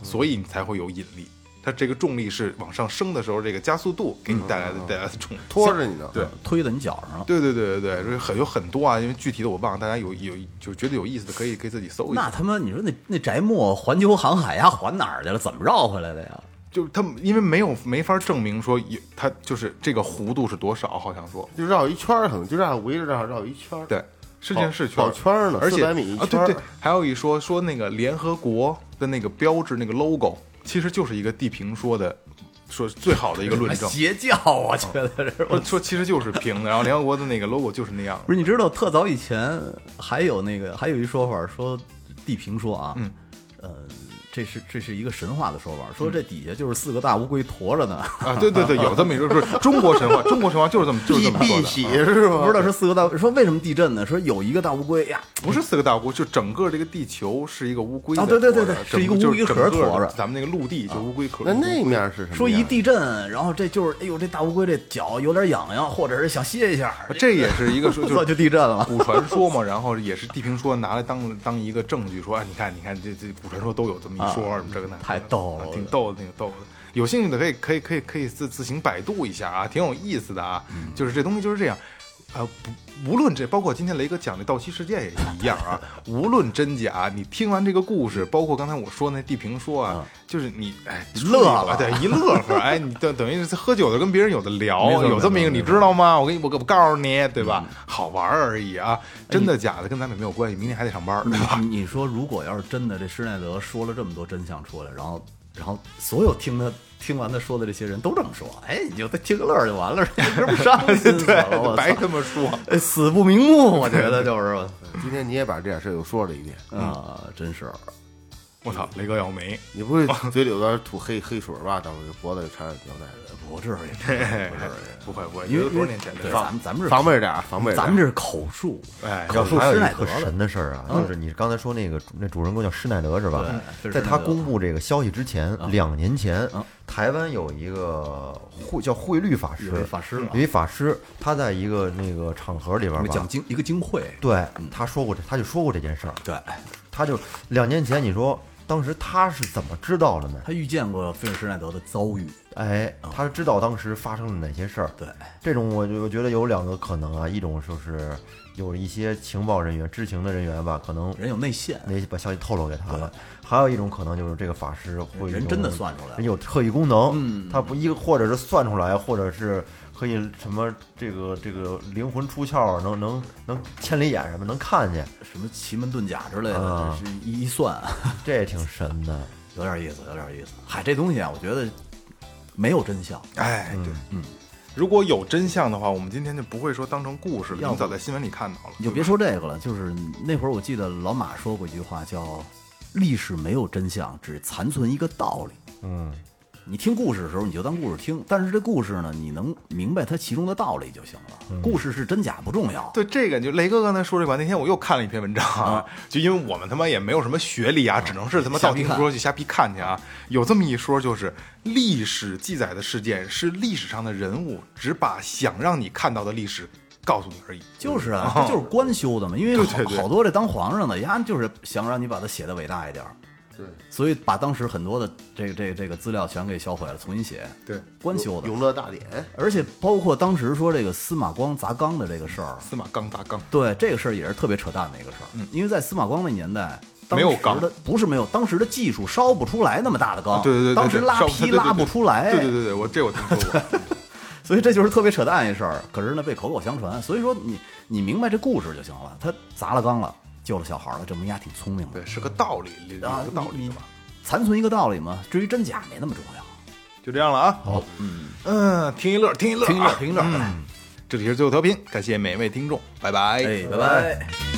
C: 所以你才会有引力。它这个重力是往上升的时候，这个加速度给你带来的带来的重力。
D: 拖嗯着你呢。
C: 对
E: 推到你脚上了。
C: 对对对对对，所以很有很多啊，因为具体的我忘了，大家有有就觉得有意思的可以可以自己搜一
E: 那
C: 下。
E: 他妈，你说那那翟墨环球航海呀，环哪儿去了？怎么绕回来的呀？
C: 就是他们因为没有没法证明说有它就是这个弧度是多少，好像说
D: 就绕一圈儿，可能就绕围着绕绕一圈儿。，
C: 对，是件事圈
D: 跑哦圈儿呢
C: 而且
D: 400米一
C: 啊，
D: 圈
C: 对
D: 儿
C: 对，还有一说说那个联合国的那个标志那个 logo，其实就是一个地平说的说最好的一个论 证。呃
E: 邪教，啊我觉得是。
C: 说说其实就是平的，然后联合国的那个 logo 就是那样的。
E: 不是，你知道特早以前还有那个，还有一说法说地平说啊，
C: 嗯，
E: 呃，这是这是一个神话的说法，说这底下就是四个大乌龟驮着呢，
C: 啊，对 对对，有这么一说，是中国神话，中国神话就是这么就是这么说
D: 辟
C: 的
D: 邪
C: 啊，
D: 是吗？
E: 不知道是四个大，说为什么地震呢？说有一个大乌龟呀，
C: 不是四个大乌龟，就整个这个地球是一个乌龟在
E: 啊对对
C: 驮
E: 对
C: 着
E: 对
C: 整
E: 是一个乌
C: 就是
E: 龟壳
C: 整个
E: 驮着啊
C: 咱们那个陆地就乌龟壳。
D: 那那面是什么？
E: 说一，地震，然后这就是哎呦这大乌龟这脚有点痒痒，或者是想歇一下，
C: 这也是一个说 就
E: 这
C: 是
E: 就地震了。
C: 古传说嘛，然后也是地平说拿来当当一个证据说，哎，你看，你看，这这古传说都有这么一说，什么这个那个的，
E: 啊太逗了
C: 啊挺逗的，挺逗的。有兴趣的可以可以可以可以自自行百度一下啊，挺有意思的啊。
E: 嗯
C: 就是这东西就是这样，呃，不无论这包括今天雷哥讲的盗窃事件也一样啊，无论真假，你听完这个故事，包括刚才我说那地平说啊，就是你哎
E: 嗯乐了
C: 啊对，一乐呵，哎，你等等于是喝酒的跟别人有的聊，
E: 没错
C: 有这么一个
E: 没错
C: 你知道吗？我给你我我告诉你，对吧？好玩儿而已啊，真的假的跟咱们也没有关系，明天还得上班儿， 对吧？
E: 你你说，如果要是真的，这施耐德说了这么多真相出来，然后，然后所有听他听完他说的这些人都这么说，哎，你就听个乐儿就完了，这不伤心死了，我
C: 白
E: 操，
C: 他妈说。
E: 哎死不瞑目，我觉得就是我操
D: 今天你也把这点事儿又说了一遍，
E: 啊，真是
C: 我操，雷哥要没，
D: 你不会嘴里有点吐黑黑水吧？到时候脖子里缠上胶带，
E: 不至于，
C: 哎不会不会，
E: 因
C: 觉
E: 为
C: 得多少年前的
E: 对
C: 事儿
E: 咱们咱们
D: 防
E: 是，
D: 备着点儿，防备着点儿。
E: 咱们这是口述，
C: 哎，
E: 口述
B: 还有
E: 施耐
B: 一
E: 德
B: 个
E: 了
B: 神。的事儿啊，就是你刚才说那个主那主人公叫施耐德是吧
E: 对？
B: 在他
E: 施耐德嗯
B: 公布这个消息之前，两年前
E: 啊，
B: 台湾有一个慧叫慧律法师
E: 有一，法师嘛
B: 有一法师，他在一个那个场合里边吧，
E: 讲嗯经一个经会，
B: 对，他说过这，他就说过这件事儿，
E: 对
B: 他就两年前，你说当时他是怎么知道的呢？
E: 他遇见过菲尔施耐德的遭遇，
B: 哎，他知道当时发生了哪些事儿。
E: 对，
B: 这种我就我觉得有两个可能啊，一种就是有一些情报人员、知情的人员吧，可能
E: 人有内线，
B: 那把消息透露给他了；还有一种可能就是这个法师会
E: 人
B: 有
E: 真的算出来了
B: 人有特异功能，嗯，他不一个或者是算出来，或者是。可以什么这个这个灵魂出窍，能能能千里眼什么能看见，
E: 什么奇门遁甲之类的
B: 啊，
E: 是一一算。
B: 这也挺神的。
E: 有点意思，有点意思。嗨，这东西啊，我觉得没有真相，
C: 哎，对，嗯。如果有真相的话，我们今天就不会说当成故事了，
E: 要不
C: 你早在新闻里看到了。
E: 你就别说这个了。就是那会儿，我记得老马说过一句话，叫“历史没有真相，只残存一个道理”。
B: 嗯，
E: 你听故事的时候，你就当故事听，但是这故事呢，你能明白它其中的道理就行了。故事是真假不重要。
C: 对这个，就雷哥刚才说这个，那天我又看了一篇文章啊，就因为我们他妈也没有什么学历啊，只能是他妈
E: 瞎
C: 道
E: 逼
C: 听
E: 看
C: 途说去瞎逼看去啊。有这么一说，就是历史记载的事件是历史上的人物，只把想让你看到的历史告诉你而已。
E: 就是啊，这就是官修的嘛，因为好
C: 对对对
E: 好多这当皇上的，呀，就是想让你把它写的伟大一点儿，
D: 对，
E: 所以把当时很多的这个这个这个资料全给销毁了，重新写，
C: 对，
E: 官修的。
D: 永乐大典，
E: 而且包括当时说这个司马光砸缸的这个事儿，
C: 司马刚砸缸，
E: 对这个事儿也是特别扯淡的一个事儿，因为在司马光那年代。当
C: 没有
E: 时
C: 缸
E: 的不是没有，当时的技术烧不出来那么大的缸，
C: 对对对对对
E: 当时拉
C: 烧
E: 坯
C: 对对对
E: 拉不出来，
C: 对对对对，我这我听说过。
E: 所以这就是特别扯淡一事儿。可是呢，被口口相传，所以说你你明白这故事就行了。他砸了缸了，救了小孩了，证明丫挺聪明的
C: 对，是个道理，有
E: 啊
C: 个，道
E: 你
C: 理的
E: 你
C: 吧。
E: 残存一个道理嘛。至于真假没那么重要，
C: 就这样了啊。好，嗯听一乐，听一乐啊，
E: 听一乐，听一乐，
C: 这里是最后调频，感谢每位听众，拜拜，
E: 哎，拜拜。